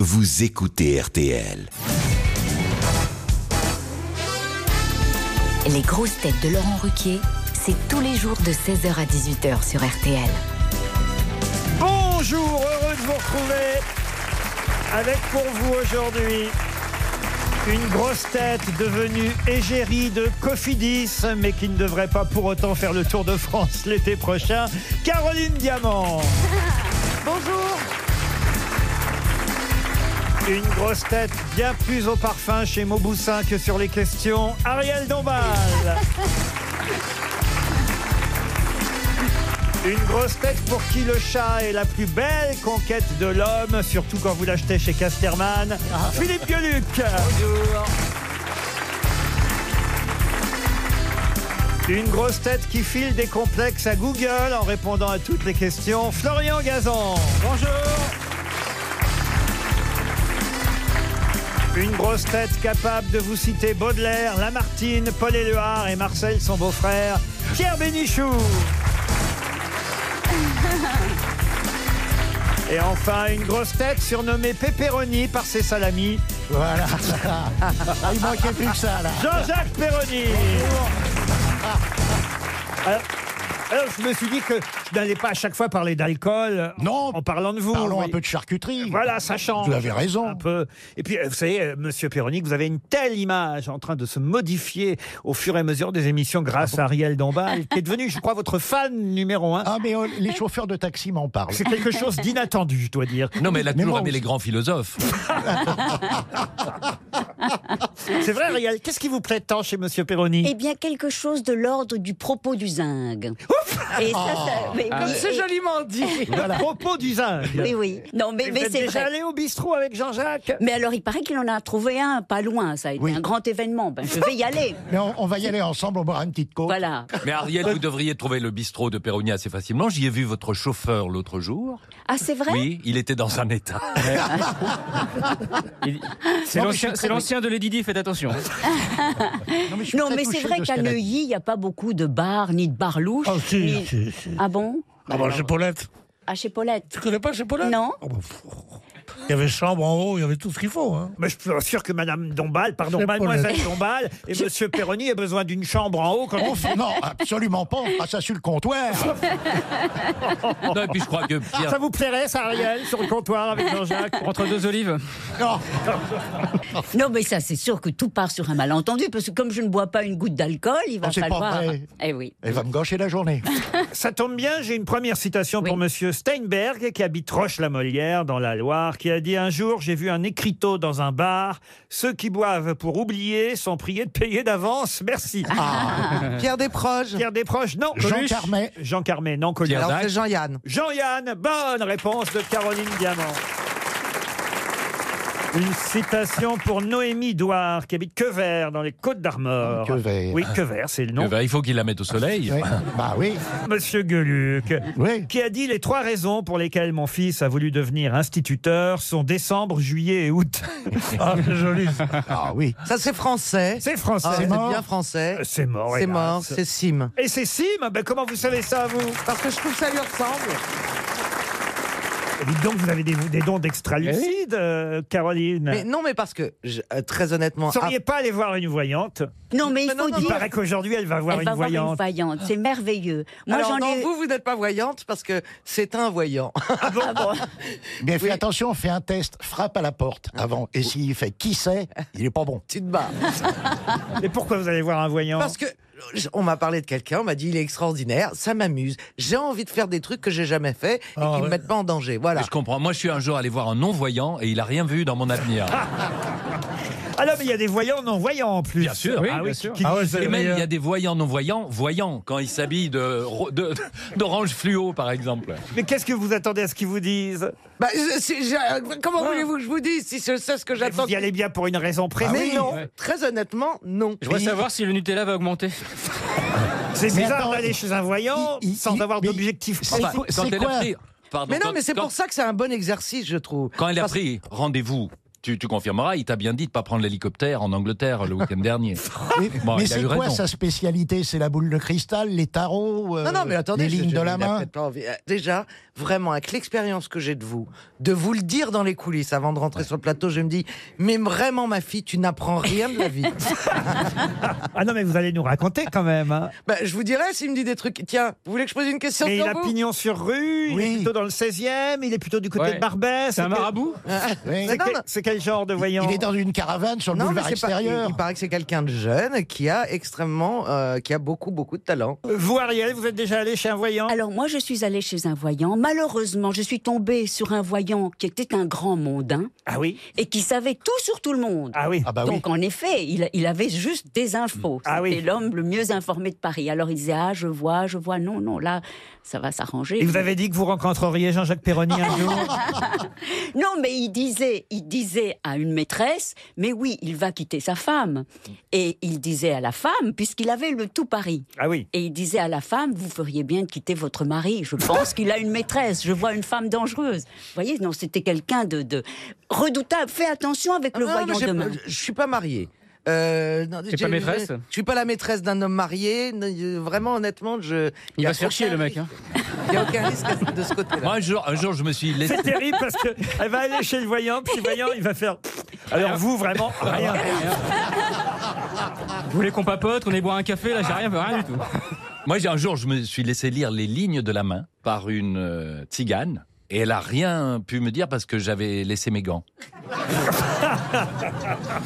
vous écoutez RTL. Les grosses têtes de Laurent Ruquier, c'est tous les jours de 16h à 18h sur RTL. Bonjour, heureux de vous retrouver avec pour vous aujourd'hui une grosse tête devenue égérie de Cofidis, mais qui ne devrait pas pour autant faire le Tour de France l'été prochain, Caroline Diamant. Bonjour. Une grosse tête bien plus au parfum chez Mauboussin que sur les questions, Ariel Dombal. Une grosse tête pour qui le chat est la plus belle conquête de l'homme, surtout quand vous l'achetez chez Casterman. Ah. Philippe Gueluc. Bonjour. Une grosse tête qui file des complexes à Google en répondant à toutes les questions. Florian Gazan. Bonjour. Une grosse tête capable de vous citer Baudelaire, Lamartine, Paul Éluard et Marcel, son beau-frère, Pierre Bénichou. Et enfin, une grosse tête surnommée Pepperoni par ses salamis. Voilà. Ah, Il manquait plus que ça, là. Jean-Jacques Perroni. Alors, alors, je me suis dit que je n'allais pas à chaque fois parler d'alcool non, en parlant de vous. parlons un Oui. peu de charcuterie. Voilà, ça change. Vous avez raison. Un peu. Et puis, euh, vous savez, euh, monsieur Perroni, que vous avez une telle image en train de se modifier au fur et à mesure des émissions grâce à Ariel Dombal, qui est devenu, je crois, votre fan numéro un. Ah, mais euh, les chauffeurs de taxi m'en parlent. C'est quelque chose d'inattendu, je dois dire. Non, mais elle a toujours moi aimé aussi. les grands philosophes. C'est vrai, Ariel. Qu'est-ce qui vous plaît tant chez monsieur Perroni Eh bien, quelque chose de l'ordre du propos du zinc. Et ça, ça- mais oui, et- Oh. Ah. Le propos du zinc. Oui, oui. Non, mais, Et vous mais êtes c'est déjà vrai. allé au bistrot avec Jean-Jacques Mais alors, il paraît qu'il en a trouvé un pas loin. Ça a été un grand événement. Ben, je vais y aller. Mais on, on va y aller ensemble, on boira une petite côte. Voilà. Mais Ariel, vous devriez trouver le bistrot de Perroni assez facilement. J'y ai vu votre chauffeur l'autre jour. Ah, c'est vrai Oui, il était dans un état. C'est Ah. Non, mais l'ancien- je suis c'est très- l'ancien de Lady Di, faites attention. Non, je suis Non, très mais c'est touché vrai de ce qu'à qu'elle a dit. Neuilly, il n'y a pas beaucoup de bars ni de bars louches. Ah si, ni- si, si. Ah bon Ah bah, chez Paulette. Ah, chez Paulette. Tu connais pas chez Paulette Non. Ah bah, pff. Il y avait chambre en haut, il y avait tout ce qu'il faut. hein. Mais je suis sûr que Madame Dombal, pardon, C'est Mademoiselle Paulette. Dombal et Monsieur Perroni aient besoin d'une chambre en haut. Quand on... Ouf, non, absolument pas. Ah, ça sur le comptoir. Non, et puis je crois que Pierre. Ah, Ça vous plairait, ça, Ariel, sur le comptoir avec Jean-Jacques Entre deux olives. Non. Non, mais ça, c'est sûr que tout part sur un malentendu, parce que comme je ne bois pas une goutte d'alcool, il va Oh, c'est pas falloir. vrai. Eh oui. Elle va me gâcher la journée. Ça tombe bien, j'ai une première citation pour Oui. Monsieur Steinberg, qui habite Roche-la-Molière, dans la Loire, qui a dit un jour, j'ai vu un écriteau dans un bar. Ceux qui boivent pour oublier sont priés de payer d'avance. Merci. Pierre Desproges. Pierre Desproches, non. Ah. Jean Carmet. Jean Carmet, non. Coluche. Pierre Alors Dac. c'est Jean-Yann. Jean-Yann, bonne réponse de Caroline Diamant. Une citation pour Noémie Douard, qui habite Quevert, dans les Côtes d'Armor. Quevert. Oui, Quevert, c'est le nom. Eh ben, il faut qu'il la mette au soleil. Oui. Bah oui. Monsieur Gueluc, Oui. qui a dit les trois raisons pour lesquelles mon fils a voulu devenir instituteur sont décembre, juillet et août. Ah, c'est joli. Ah oui. Ça c'est français. C'est français. Ah, C'est c'est mort. bien français. C'est mort, C'est hélas. mort, c'est Sim. Et c'est Sim ben, Comment vous savez ça, vous Parce que je trouve que ça lui ressemble. Eh, Dites donc, vous avez des, des dons d'extra-lucide, euh, Caroline. Eh Mais non, mais parce que je- euh, très honnêtement, Vous seriez pas aller voir une voyante Non, mais il Mais non, faut non, Il dire. paraît qu'aujourd'hui, elle va voir Elle une va voir voyante. une voyante. C'est merveilleux. ah, Moi, alors, j'en non, ai. vous vous n'êtes pas voyante parce que c'est un voyant. Mais fais attention, fais un test. Frappe à la porte avant. Et s'il fait qui sait, il est pas bon. tu te bats. Et pourquoi vous allez voir un voyant Parce que je- on m'a parlé de quelqu'un, on m'a dit il est extraordinaire, ça m'amuse. J'ai envie de faire des trucs que j'ai jamais fait et qui me mettent pas en danger. Voilà. Je comprends. Moi, je suis un jour allé voir un non-voyant et il a rien vu dans mon avenir. Ah non, mais il y a des voyants non-voyants en plus. Bien sûr. Oui, ah, bien oui, sûr. qui- Ah ouais, c'est Et même, meilleur. il y a des voyants non-voyants, voyants, quand ils s'habillent de ro- de- d'orange fluo, par exemple. Mais qu'est-ce que vous attendez à ce qu'ils vous disent Ah. Bah, je- c'est- j'ai- euh, comment voulez-vous que je vous dise si je sais ce que j'attends Ah, Vous y allez bien pour une raison précise. Mais non, Ouais. très honnêtement, non. Je voudrais savoir si le Nutella va augmenter. C'est Mais bizarre attends, d'aller chez un voyant il- il- sans il- avoir mais- d'objectif. c'est- Enfin, quoi- quand c'est elle a quoi pris- Pardon, Mais non, quand- mais c'est quand- pour ça que c'est un bon exercice, je trouve. Quand elle a Parce- pris rendez-vous tu, tu confirmeras, il t'a bien dit de pas prendre l'hélicoptère en Angleterre le week-end dernier. Mais, Bon, mais il a c'est eu quoi raison. sa spécialité C'est la boule de cristal, les tarots, euh, Non, non, mais attendez, les je- lignes je- de il la a main peut-être pas envie. Euh, Déjà, vraiment, avec l'expérience que j'ai de vous, de vous le dire dans les coulisses avant de rentrer sur le plateau, je me dis, mais vraiment, ma fille, tu n'apprends rien de la vie. Ah non, mais vous allez nous raconter quand même. hein. Bah, je vous dirais s'il me dit des trucs. Tiens, vous voulez que je pose une question Mais il sur a vous pignon sur rue, il est Oui. plutôt dans le 16e, il est plutôt du côté Ouais. de Barbès. C'est un que- marabout Oui. C'est Ah, Non, quel, non. c'est quel genre de voyant Il est dans une caravane sur le Non, mais boulevard c'est pas. Il, extérieur. il paraît que c'est quelqu'un de jeune qui a extrêmement, euh, qui a beaucoup, beaucoup de talent. Vous, Ariel, vous êtes déjà allé chez un voyant Alors moi, je suis allée chez un voyant. Malheureusement, je suis tombée sur un voyant qui était un grand mondain Ah oui. et qui savait tout sur tout le monde. Ah oui. Ah bah oui. Donc en effet, il, il avait juste des infos. Ah oui. C'était l'homme le mieux informé de Paris. Alors il disait ah je vois, je vois, non non là ça va s'arranger. Et vous avez dit que vous rencontreriez Jean-Jacques Perroni un jour Non mais il disait il disait à une maîtresse mais oui il va quitter sa femme et il disait à la femme puisqu'il avait le tout Paris Ah oui. et il disait à la femme vous feriez bien de quitter votre mari. Je pense qu'il a une maîtresse. Je vois une femme dangereuse. Vous voyez non c'était quelqu'un de, de redoutable. Fais attention avec le Non, mais voyant Ah, j'ai- demain. Je suis pas marié. Euh, non, T'es j'ai- pas maîtresse Je suis pas la maîtresse d'un homme marié. ne- euh, Vraiment, honnêtement, je. Il y a va se faire aucun chier, le mec, risque. Il n'y a aucun risque à- de ce côté-là. Moi, un jour, un jour, je me suis laissé. C'est terrible parce qu'elle va aller chez le voyant, puis le voyant, il va faire. Alors vous, vraiment, rien. Vous voulez qu'on papote, qu'on ait boire un café Là, j'ai rien, rien du tout. Moi, j'ai- un jour, je me suis laissé lire les lignes de la main par une euh, tzigane. Et elle a rien pu me dire parce que j'avais laissé mes gants.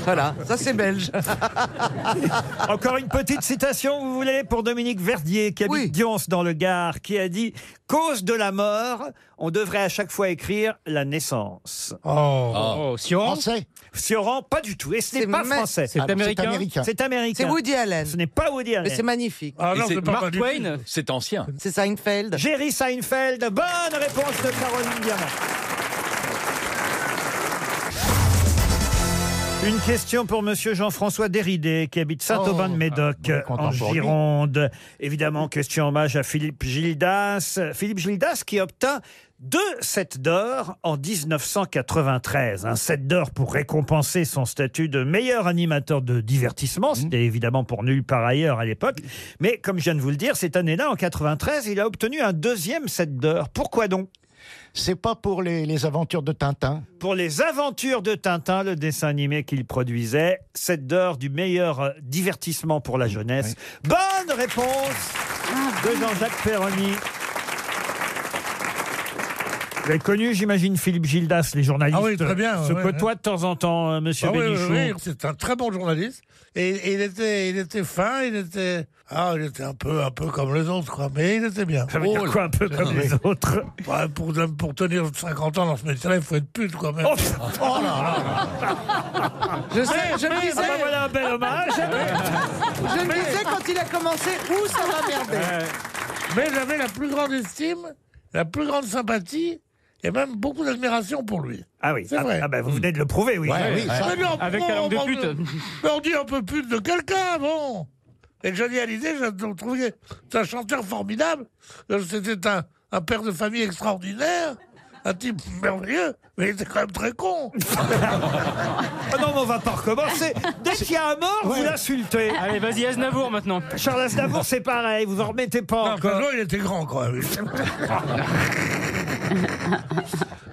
Voilà, ça c'est belge. Encore une petite citation, vous voulez, pour Dominique Verdier, qui habite Oui. Dions dans le Gard, qui a dit Cause de la mort, on devrait à chaque fois écrire la naissance. Oh. Oh, Sion Français. Sioran, pas du tout. Et ce n'est C'est pas ma- français. Ah, C'est Alors, américain C'est américain. C'est Woody Allen. Ce n'est pas Woody Mais c'est Allen. magnifique. Ah Et non, c'est c'est pas Mark mal du Twain tout. C'est ancien. C'est Seinfeld. Jerry Seinfeld, bonne réponse de Caroline Diamant. Une question pour Monsieur Jean-François Déridé, qui habite Saint-Aubin-de-Médoc, ah, bon en content pour lui. Gironde. Évidemment, question hommage à Philippe Gildas. Philippe Gildas qui obtint deux sets d'or en 1993. Un set d'or pour récompenser son statut de meilleur animateur de Mmh. divertissement. C'était évidemment pour nulle part ailleurs à l'époque. Mais comme je viens de vous le dire, cette année-là, en 93, il a obtenu un deuxième set d'or. Pourquoi donc C'est pas pour les, les aventures de Tintin. pour les aventures de Tintin, le dessin animé qu'il produisait. 7 d'or du meilleur euh, divertissement pour la jeunesse. Bonne réponse de Jean-Jacques Perroni. Vous avez connu, j'imagine, Philippe Gildas, les journalistes. euh, Ah oui, très bien, Se ouais, côtoient de temps en temps, euh, monsieur Ah oui, oui, Bénichou. oui, c'est un très bon journaliste. Et, et il était, il était fin, il était, ah, il était un peu, un peu comme les autres, quoi. Mais il était bien. Ça veut dire Drôle. quoi, un peu comme les autres Ouais, pour, pour tenir 50 ans dans ce métier-là, il faut être pute, quoi. Même. Oh, pff, oh, Je sais, Eh, je me ah bah disais, voilà un bel hommage je me disais quand il a commencé où ça va merder. Euh, Mais j'avais la plus grande estime, la plus grande sympathie et même beaucoup d'admiration pour lui. Ah oui, C'est ah, vrai. ah bah vous venez de le prouver, oui. Ouais, oui, ça. Mais non, Avec bon, la langue de on- pute. mais on dit un peu pute de quelqu'un, bon. Et Johnny Hallyday, je trouvais c'est un chanteur formidable. Euh, C'était un, un père de famille extraordinaire, un type merveilleux, mais il était quand même très con. Ah non, mais on va pas recommencer. Dès qu'il y a un mort, vous l'insultez. Allez, vas-y, Aznavour maintenant. Charles Aznavour, c'est pareil, vous en remettez pas Alors que encore. Jean, il était grand, quand même.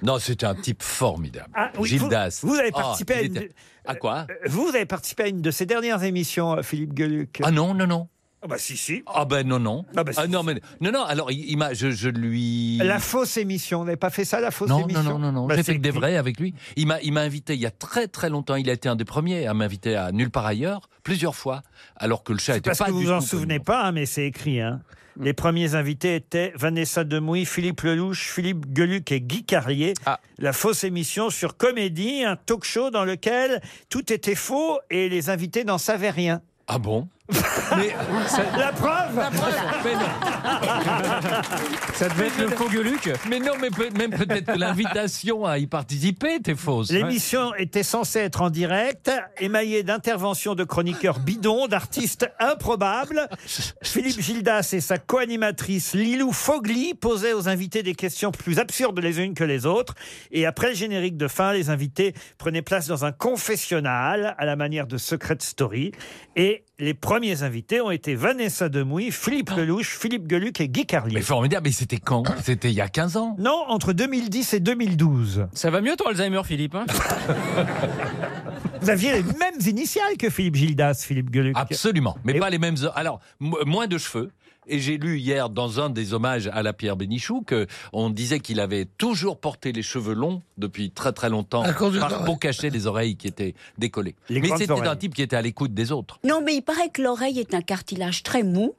Non, c'était un type formidable. Ah, oui, Gildas. vous- vous avez Ah, participé à il une- Euh, était- à quoi Vous avez participé à une de ses dernières émissions, euh, Philippe Gueluc. Ah non, non, non. Ah bah si, si. Ah ben non, non. Ah ben, c'est- non, mais, non, non, alors il, il m'a, je, je lui... La fausse émission, vous n'avez pas fait ça, la fausse non, non, émission non, non, non, Bah, j'ai c'est fait que des écrit. vrais avec lui. Il m'a, il m'a invité il y a très très longtemps, il a été un des premiers à m'inviter à Nulle part ailleurs, plusieurs fois, alors que le chat était Parce pas que vous du vous en tout souvenez connu. pas, hein, mais c'est écrit. hein. Mm. Les premiers invités étaient Vanessa Demouy, Philippe Lelouch, Philippe Gueluc et Guy Carrier. Ah. La fausse émission sur Comédie, un talk show dans lequel tout était faux et les invités n'en savaient rien. Ah bon La preuve La preuve Mais non. Ça devait être le faux Gueuluc Mais non, mais peut- même peut-être que l'invitation à y participer était fausse. hein. L'émission était censée être en direct, émaillée d'interventions de chroniqueurs bidons, d'artistes improbables. Philippe Gildas et sa co-animatrice Lilou Fogli posaient aux invités des questions plus absurdes les unes que les autres. Et après le générique de fin, les invités prenaient place dans un confessionnal à la manière de Secret Story. Et les premiers invités ont été Vanessa Demouy, Philippe Lelouch, Philippe Geluc et Guy Carlier. Ah. Mais formidable, mais c'était quand C'était il y a 15 ans Non, entre 2010 et 2012. Ça va mieux ton Alzheimer, Philippe hein Vous aviez les mêmes initiales que Philippe Gildas, Philippe Gueluc. Absolument, mais pas les mêmes. Alors, mo- moins de cheveux. Et j'ai lu hier dans un des hommages à la Pierre Bénichou que on disait qu'il avait toujours porté les cheveux longs depuis très très longtemps cause des par- oreilles. pour cacher les oreilles qui étaient décollées. Les mais grandes c'était un oreilles. type qui était à l'écoute des autres. Non, mais il paraît que l'oreille est un cartilage très mou.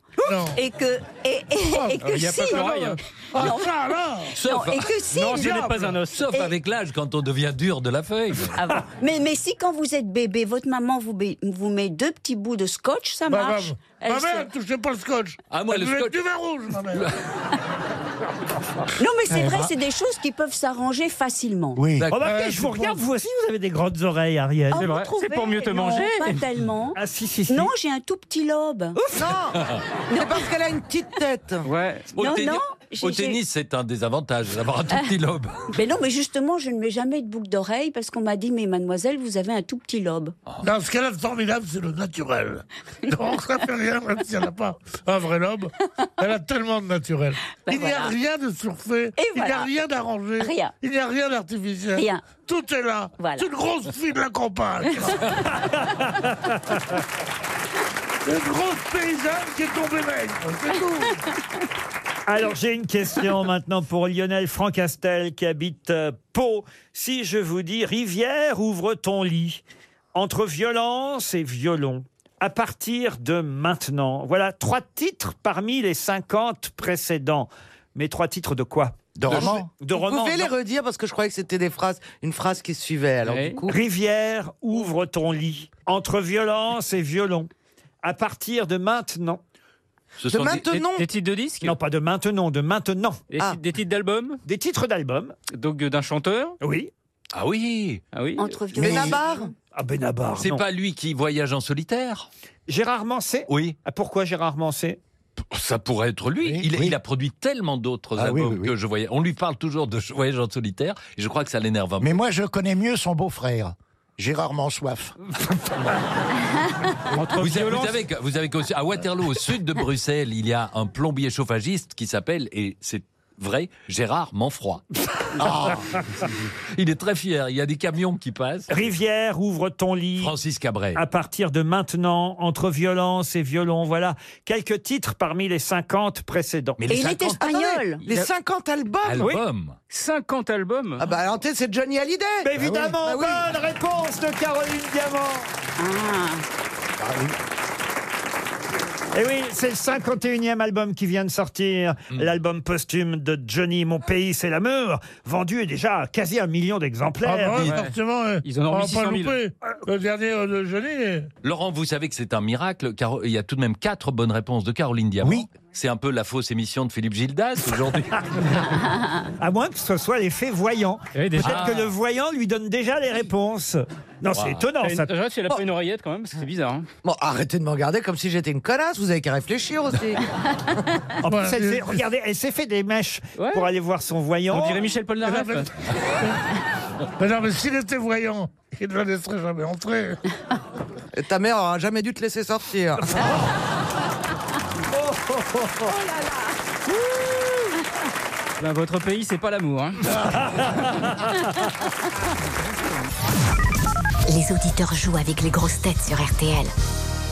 Et que. Et, et- et que Ah, il y a si. pas que l'oreille, hein. Non, Ah, ça, Oh. non, et que si. Sauf Et- avec l'âge, quand on devient dur de la feuille. Ah bon. mais, mais si quand vous êtes bébé, votre maman vous, bé- vous met deux petits bouts de scotch, ça Bah, marche. bah, ma mère, elle touchait pas le scotch. Ah, moi, Elle le voulait scotch. du vin rouge, ma mère. se- Non, mais c'est Eh vrai, ben. c'est des choses qui peuvent s'arranger facilement. Remarquez, Oh, bah, je vous regarde, vous aussi, vous avez des grandes oreilles, Ariel. Ah, vous trouvez Non, Pas tellement. Ah, si, si, si. Non, j'ai un tout petit lobe. Non C'est parce qu'elle a une petite tête. Ouais. Au, Non, tenni- non, j'ai- au j'ai- tennis, c'est un désavantage d'avoir un tout petit lobe. Mais non, mais justement, je ne mets jamais de boucle d'oreille parce qu'on m'a dit, mais mademoiselle, vous avez un tout petit lobe. Non, ce qu'elle a de formidable, c'est le naturel. Donc ça fait rien, même si elle n'a pas un vrai lobe. Elle a tellement de naturel. Ben il n'y a voilà. rien de surfait. Et il n'y a voilà. rien d'arrangé. Rien. Il n'y a rien d'artificiel. Rien. Tout est là. Voilà. C'est une grosse fille de la campagne. une grosse paysanne qui est tombée maigre. C'est tout. Alors, j'ai une question maintenant pour Lionel Francastel qui habite euh, Pau. Si je vous dis Rivière, ouvre ton lit. Entre violence et violon. À partir de maintenant. Voilà trois titres parmi les 50 précédents. Mais trois titres de quoi De romans. De Vous romans. pouvez les non. redire parce que je croyais que c'était des phrases, une phrase qui suivait. Alors Ouais. du coup, Rivière, ouvre ton lit. Entre violence et violon. À partir de maintenant. Ce de sont des- maintenant, Des titres de disques Non, pas de maintenant, de maintenant. Des, Ah. titres- des titres d'albums Des titres d'albums. Donc euh, d'un chanteur Oui. Ah oui Ah oui. Entre violon. Benabar, Ah, Benabar. C'est non. pas lui qui voyage en solitaire Gérard Manset Oui. Ah, Pourquoi Gérard Manset Ça pourrait être lui. Oui, il, oui. il a produit tellement d'autres Ah albums oui, oui, oui. que je voyais. On lui parle toujours de Voyage en solitaire et je crois que ça l'énerve un peu. Oh, Mais moi, je connais mieux son beau-frère, Gérard Mansoif. Entre Vous, savez- vous violence- savez, que- vous savez qu'au su- à Waterloo, au sud de Bruxelles, il y a un plombier chauffagiste qui s'appelle, et c'est vrai, Gérard Manfroy. Ah. il est très fier. Il y a des camions qui passent. Rivière, ouvre ton lit. Francis Cabret. À partir de maintenant, entre violence et violon, voilà quelques titres parmi les 50 précédents. Mais Et les ah il est 50 espagnol. les 50 albums. albums. 50 albums Ah bah alors, tu sais, c'est Johnny Hallyday. Mais évidemment, Ah Bah oui. bonne réponse de Caroline Diamant. Ah. Et Eh oui, c'est le 51e album qui vient de sortir, l'album posthume de Johnny Mon pays c'est la meur, vendu déjà à quasi un million Ah, d'exemplaires. bah ouais, Ouais. forcément. euh, Ils en ont on va mis pas 600 000. louper. Le dernier euh, de Johnny. Laurent, vous savez que c'est un miracle, car il y a tout de même quatre bonnes réponses de Caroline Diamant. Oui. C'est un peu la fausse émission de Philippe Gildas aujourd'hui. À moins que ce soit l'effet voyant. Oui, déjà. Peut-être Ah. que le voyant lui donne déjà les réponses. Non, c'est Wow. étonnant Elle a ça. une- Je vois si elle a pas une oreillette quand même, parce que c'est bizarre. hein. Bon, arrêtez de me regarder comme si j'étais une connasse. Vous avez qu'à réfléchir aussi. En plus, elle s'est- regardez, elle s'est fait des mèches Ouais. pour aller voir son voyant. On dirait Michel Polnareff. Elle Mais non, mais s'il était voyant, il ne le laisserait jamais entrer. Et Ta mère aura jamais dû te laisser sortir. Ben, votre pays, c'est pas l'amour. hein. Les auditeurs jouent avec les grosses têtes sur RTL.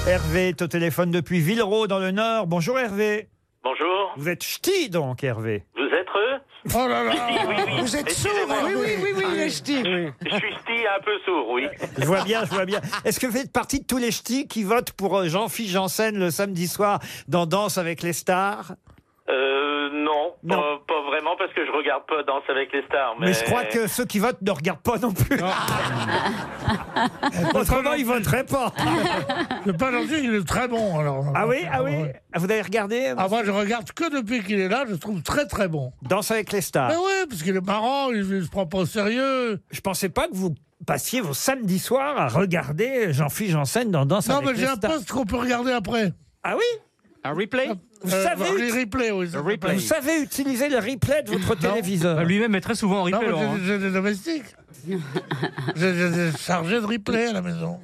Hervé est au téléphone depuis Villeroy dans le Nord. Bonjour Hervé. Bonjour, Vous êtes ch'ti donc Hervé. vous êtes eux Oh là là Oui, oui, Vous êtes sourd, Excusez-moi. Hervé. oui, oui, les ch'tis. Je suis sti un peu sourd, oui. Je vois bien, je vois bien. Est-ce que vous faites partie de tous les ch'tis qui votent pour euh, Jean-Philippe Janssen le samedi soir dans Danse avec les stars Euh, non, Non. Pas, pas vraiment parce que je regarde pas Danse avec les stars. Mais, Mais je crois que ceux qui votent ne regardent pas non plus. Autrement, ils voteraient pas. Le pas leur dire, il est très bon. Alors. Ah oui, ah oui. Vous avez regardé Ah moi, je regarde que depuis qu'il est là, je le trouve très très bon. Danse avec les stars. Mais oui, parce qu'il est marrant, il, il se prend pas au sérieux. Je pensais pas que vous passiez vos samedis soirs à regarder Jean-Philippe Janssen dans Danse Non, avec mais les j'ai un stars. poste qu'on peut regarder après. Ah oui Un replay Vous Euh, savez les replays, oui. ça s'appelle. Vous savez utiliser le replay de votre téléviseur. Bah, Lui-même est très souvent en Non, replay, mais Laurent. hein. j'ai- j'ai des domestiques. J'ai j'ai des chargés de replay à la maison.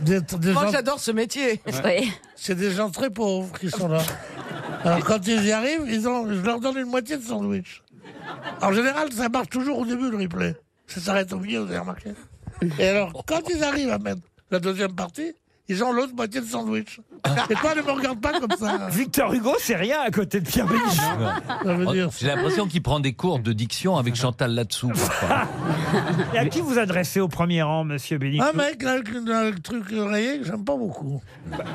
Des- des Moi, gens- j'adore ce métier. Oui. C'est des gens très pauvres qui sont là. Alors quand ils y arrivent, ils ont, je leur donne une moitié de sandwich. En général, ça marche toujours au début le replay. Ça s'arrête au milieu, vous avez remarqué. Et alors, quand ils arrivent à mettre la deuxième partie, ils ont l'autre moitié de sandwich. Et toi, ne me regarde pas comme ça. Victor Hugo, c'est rien à côté de Pierre Bénichou. Ça veut dire. J'ai l'impression qu'il prend des cours de diction avec Chantal là-dessous. Et à qui vous adressez au premier rang, monsieur Bénichou Un mec là, avec une- avec le truc rayé que j'aime pas beaucoup.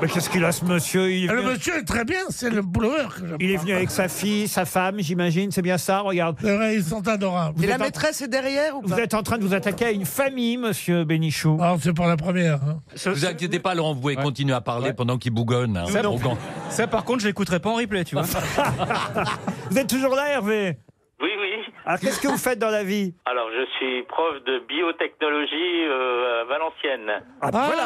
Mais qu'est-ce qu'il a, Bah, ce monsieur il est, Et le venu, monsieur est très bien, c'est le blower que j'aime il est pas. Euh, venu avec sa fille, sa femme, j'imagine, c'est bien ça, regarde. C'est vrai, ils sont adorables. Et la êtes en- maîtresse est derrière ou Vous pas êtes en train de vous attaquer à une famille, monsieur Bénichou. Alors, Ah, c'est pas la première. hein. Ce- vous ce- inquiétez pas, Laurent, vous pouvez Ouais. continuer à parler Ouais. pendant qu'il bougonne. hein, Ça, non. arrogant. Ça, par contre, je l'écouterai pas en replay, tu vois. Vous êtes toujours là, Hervé Oui, oui. Ah, qu'est-ce que vous faites dans la vie Alors, je suis prof de biotechnologie euh, à Valenciennes. Ah, Ah, voilà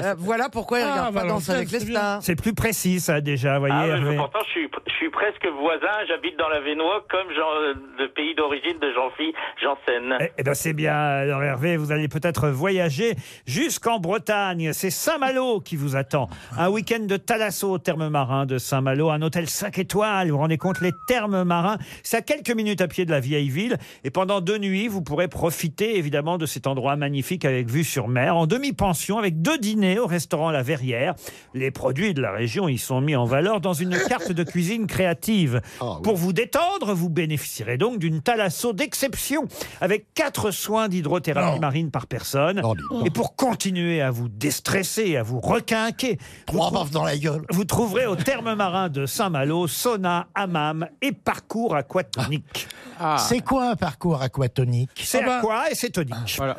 ouais. Euh, Voilà pourquoi il Ah, regarde pas Valenciennes, Danse avec les c'est bien. stars. C'est plus précis, ça, déjà, voyez, Ah, mais Hervé. pourtant, je suis, je suis presque voisin. J'habite dans la Vénois, comme Jean- euh, le pays d'origine de Jean-Philippe Janssen. Eh, eh ben c'est bien, alors Hervé, vous allez peut-être voyager jusqu'en Bretagne. C'est Saint-Malo qui vous attend. Un week-end de Thalasso au Thermes Marins de Saint-Malo, un hôtel 5 étoiles. Vous vous rendez compte, les Thermes Marins, c'est à quelques minutes à pied de la vieille ville. Et pendant deux nuits, vous pourrez profiter évidemment de cet endroit magnifique avec vue sur mer, en demi-pension, avec deux dîners au restaurant La Verrière. Les produits de la région y sont mis en valeur dans une carte de cuisine créative. Ah Pour vous détendre, vous bénéficierez donc d'une thalasso d'exception avec quatre soins d'hydrothérapie Non. marine par personne. Non, dis donc. Et pour continuer à vous déstresser, à vous requinquer, vous, Trois trou- baffes dans la gueule. vous trouverez au terme marin de Saint-Malo, sauna, hammam et parcours aquatonique. Ah. C'est quoi un parcours aquatonique C'est Ah bah. aqua et c'est tonique. Voilà.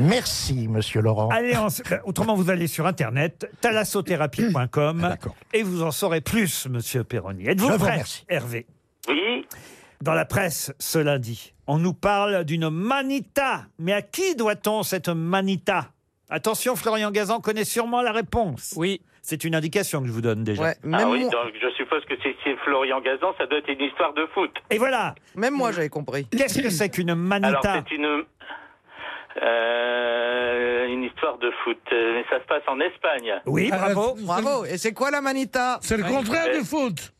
Merci, monsieur Laurent. Allez en- euh, autrement, vous allez sur internet thalassothérapie.com Ah, d'accord. et vous en saurez plus, monsieur Perroni. Êtes-vous Je vous prêt, remercie. Hervé Oui, Dans la presse ce lundi, on nous parle d'une manita. Mais à qui doit-on cette manita Attention, Florian Gazan connaît sûrement la réponse. Oui. C'est une indication que je vous donne déjà. Ouais, ah même, oui, moi, donc je suppose que si c'est Florian Gazan, ça doit être une histoire de foot. Et voilà, même moi, j'avais compris. qu'est-ce que c'est qu'une Alors, manita c'est une, euh, une histoire de foot, Euh, mais ça se passe en Espagne. Oui, bravo. Bravo. Et Ah, c'est quoi la manita C'est le contraire du foot.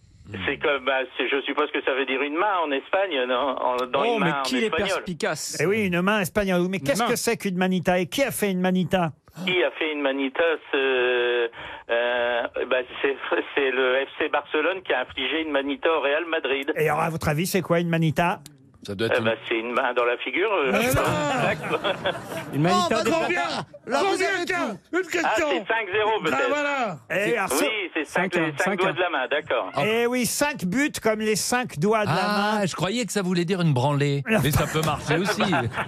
C'est comme, bah, c'est- je suppose que ça veut dire une main en Espagne, non En- Dans Oh, une mais main qui en est espagnol. perspicace Eh oui, une main espagnole. Mais qu'est-ce main. que c'est qu'une manita Et qui a fait une manita Qui a fait une manita ce- euh, bah, c'est, c'est le FC Barcelone qui a infligé une manita au Real Madrid. Et alors, à votre avis, c'est quoi une manita Ça doit Eh être une- bah, c'est une main dans la figure. euh. Mais non Une Oh, bah, manita des- Combien Ah, Là, vous Combien avez qu'un- tout. Une Ah, question c'est 5-0 Ben, Ah, peut-être. voilà Eh alors, ce- Oui, c'est 5, Cinq un, cinq doigts un. de la main, d'accord. hein. eh oui, cinq buts comme les cinq doigts de la main. Ah, je croyais que ça voulait dire une branlée. Mais ça peut marcher aussi.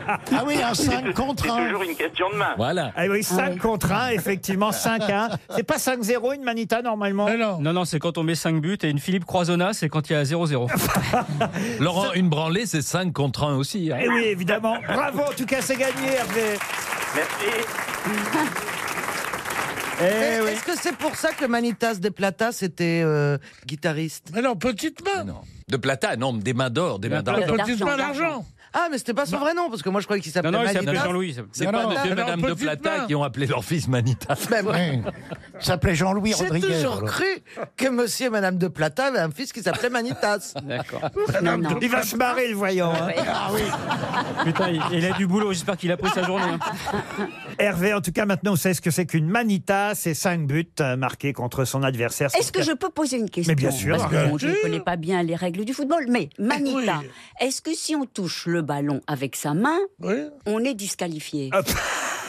Ah oui, un 5 contre C'est 1. toujours une question de main. Voilà. Eh oui, 5 contre 1, effectivement, 5 à 1. C'est pas 5-0 une manita normalement Mais non Non, non, c'est quand on met 5 buts et une Philippe Croisonna, c'est quand il y a 0-0. Laurent, une branlée, c'est 5 contre 1 aussi. hein. Eh oui, évidemment. Bravo, en tout cas, c'est gagné, Hervé. Merci. Eh Est-ce oui. est-ce que c'est pour ça que Manitas de Plata, c'était euh, guitariste Mais non, petite main Non. De platane, non, des mains d'or, des mains Eh ben, d'argent. d'or. Petite main d'argent Ah, mais c'était pas son vrai nom, parce que moi, je croyais qu'il Non, s'appelait non, il Manitas. s'appelait Jean-Louis. C'est Non, pas non, monsieur et non, madame de petite Plata main. qui ont appelé leur fils Manita. Ben, moi, Oui. Il s'appelait Jean-Louis J'ai Rodriguez. toujours alors. cru que monsieur et madame de Plata avaient un fils qui s'appelait Manitas. D'accord. Non, non. Il va se marrer, le voyant. hein. Ah Putain, il, il a du boulot. J'espère qu'il a pris sa journée. hein. Hervé, en tout cas, maintenant, on sait ce que c'est qu'une manita. C'est 5 buts euh, marqués contre son adversaire. Est-ce que je peux poser une question Mais bien sûr. Parce que bon, je ne connais pas bien les règles du football, mais Manita, Oui. est-ce que si on touche le ballon avec sa main, Oui Ah. on est disqualifié Hop.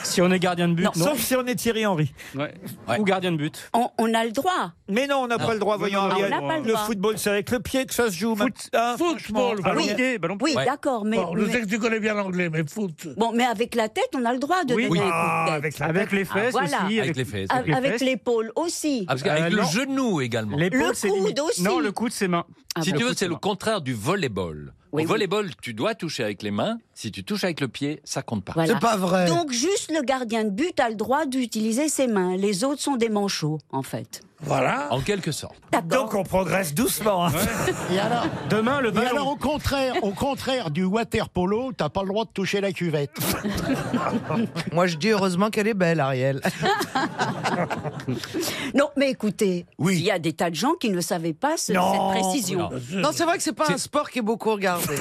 Si on est gardien de but, Non, non. sauf si on est Thierry Henry. Ou gardien de but. On, on a le droit. Mais non, on n'a Non. pas le droit, Non, voyons. non, Ariel. on n'a pas le le droit. football, c'est avec le pied que ça se joue. Foot- Ah, Football, bah, franchement, ballon Ariel. pied, ballon Oui, d'accord, mais, Bon, je mais- sais que tu connais bien l'anglais, mais foot. bon, mais avec la tête, on a le droit de donner un coup de Ah, tête. avec la Avec tête. les fesses Ah, voilà. Ah, aussi. Avec les fesses. Avec, les fesses. l'épaule aussi. Ah, parce qu'avec Euh, le non. genou également. L'épaule, Le c'est coude limite. aussi. Ah Non, le coude, c'est main. Si tu bon veux, Écoute, c'est le non. contraire du volleyball. Oui, oui. Au volleyball, tu dois toucher avec les mains. Si tu touches avec le pied, ça compte pas. Voilà. C'est pas vrai. Donc juste le gardien de but a le droit d'utiliser ses mains. Les autres sont des manchots, en fait. Voilà. En quelque sorte. Donc on progresse doucement. hein. Et alors, Demain, le et alors ballon. au contraire, au contraire du water polo, t'as pas le droit de toucher la cuvette. Moi, je dis heureusement qu'elle est belle, Ariel. Non, mais écoutez, Oui. il y a des tas de gens qui ne savaient pas ce- Non. cette précision. Non, c'est vrai que c'est pas un sport qui est beaucoup regardé.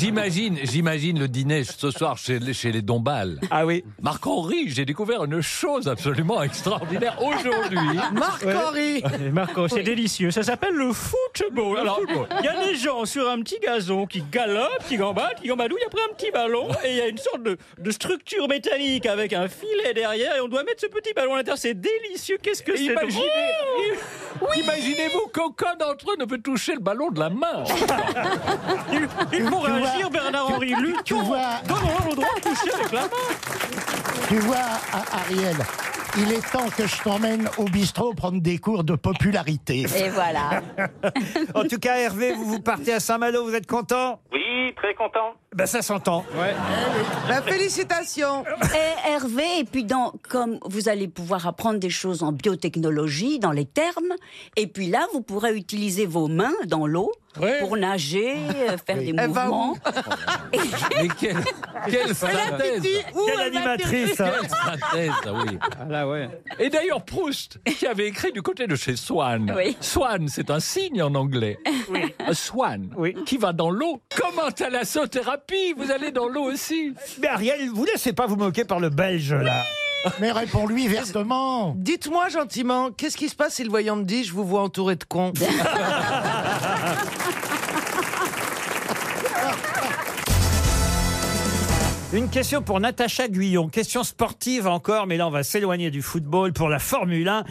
J'imagine, j'imagine le dîner ce soir chez les, chez les Dombasle. Ah oui. Marc-Henri, j'ai découvert une chose absolument Ben, extraordinaire aujourd'hui. Marc Henry Et Marco, c'est délicieux. Ça s'appelle le football. Alors, il y a des gens sur un petit gazon qui galopent, qui gambadent, qui gambadouillent après un petit ballon. Et il y a une sorte de, de structure métallique avec un filet derrière. Et on doit mettre ce petit ballon à l'intérieur. C'est délicieux. Qu'est-ce que c'est Imaginez, drôle. imaginez-vous qu'aucun d'entre eux ne peut toucher le ballon de la main. Il, Tu il faut vois- réagir, Bernard Henry. tu Luttons. vois- Donnons le droit de toucher avec la main. Tu vois, A- Ariel, il est temps que je t'emmène au bistrot prendre des cours de popularité. Et voilà. En tout cas, Hervé, vous, vous partez à Saint-Malo, vous êtes content Oui, très content. Ben ça s'entend. La félicitation Et Eh, Hervé, et puis dans, comme vous allez pouvoir apprendre des choses en biotechnologie, dans les termes, et puis là, vous pourrez utiliser vos mains dans l'eau Ouais. pour nager, euh, faire des Elle va mouvements. Mais quelle, quelle synthèse Quelle animatrice hein. Quelle synthèse, oui. Ah là, ouais. Et d'ailleurs, Proust, qui avait écrit du côté de chez Swann. Oui. Swann, c'est un signe en anglais. Un Swann, Oui. qui va dans l'eau. Comment à la sauthérapie Vous allez dans l'eau aussi Mais Ben, Ariel, vous laissez pas vous moquer par le Belge, là. Mais réponds-lui vertement. Dites-moi gentiment, qu'est-ce qui se passe si le voyant me dit je vous vois entouré de cons Une question pour Natacha Guyon. Question sportive encore, mais là, on va s'éloigner du football pour la Formule 1.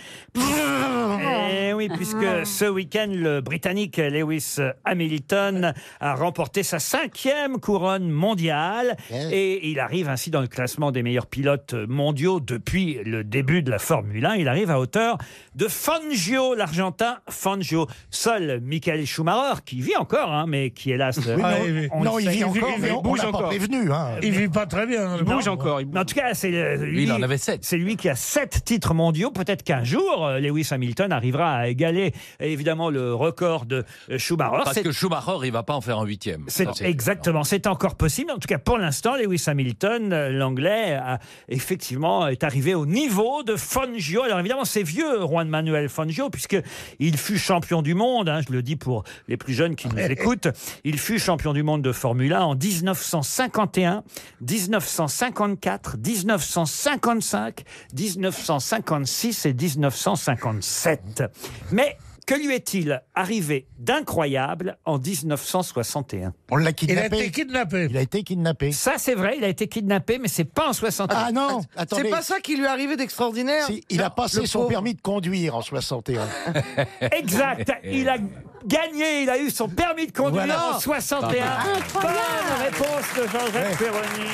Eh oui, puisque ce week-end, le Britannique Lewis Hamilton a remporté sa cinquième couronne mondiale et il arrive ainsi dans le classement des meilleurs pilotes mondiaux depuis le début de la Formule 1. Il arrive à hauteur de Fangio, l'Argentin Fangio. Seul Michael Schumacher, qui vit encore, hein, mais qui hélas... Oui, Ah, non, il vit- non, le il sait, vit encore, mais on bouge l'a pas encore. prévenu. hein. Il vit pas très bien. Il bouge encore. il bouge. Mais en tout cas, c'est euh, lui, Lui, il en avait sept. C'est lui qui a sept titres mondiaux. Peut-être qu'un jour, euh, Lewis Hamilton arrivera à égaler évidemment le record de euh, Schumacher. Parce C'est- que Schumacher, il va pas en faire un huitième. Ça, c'est exactement, c'est encore possible. En tout cas, pour l'instant, Lewis Hamilton, euh, l'anglais, a effectivement est arrivé au niveau de Fangio. Alors évidemment, c'est vieux, Juan Manuel Fangio, puisque il fut champion du monde. hein, je le dis pour les plus jeunes qui nous écoutent. Il fut champion du monde de Formule 1 en 1951, 1954, 1955, 1956 et 1957. Mais que lui est-il arrivé d'incroyable en 1961 On l'a Il a kidnappé. été kidnappé. Il a été kidnappé. Ça, c'est vrai, il a été kidnappé, mais c'est pas en 61. Ah non, C'est attendez. pas ça qui lui est arrivé d'extraordinaire Si, il a Non, passé le son pauvre. permis de conduire en 61. Exact, il a gagné, il a eu son permis de conduire Voilà. en 61. Bonne réponse de Jean-Jacques Perroni.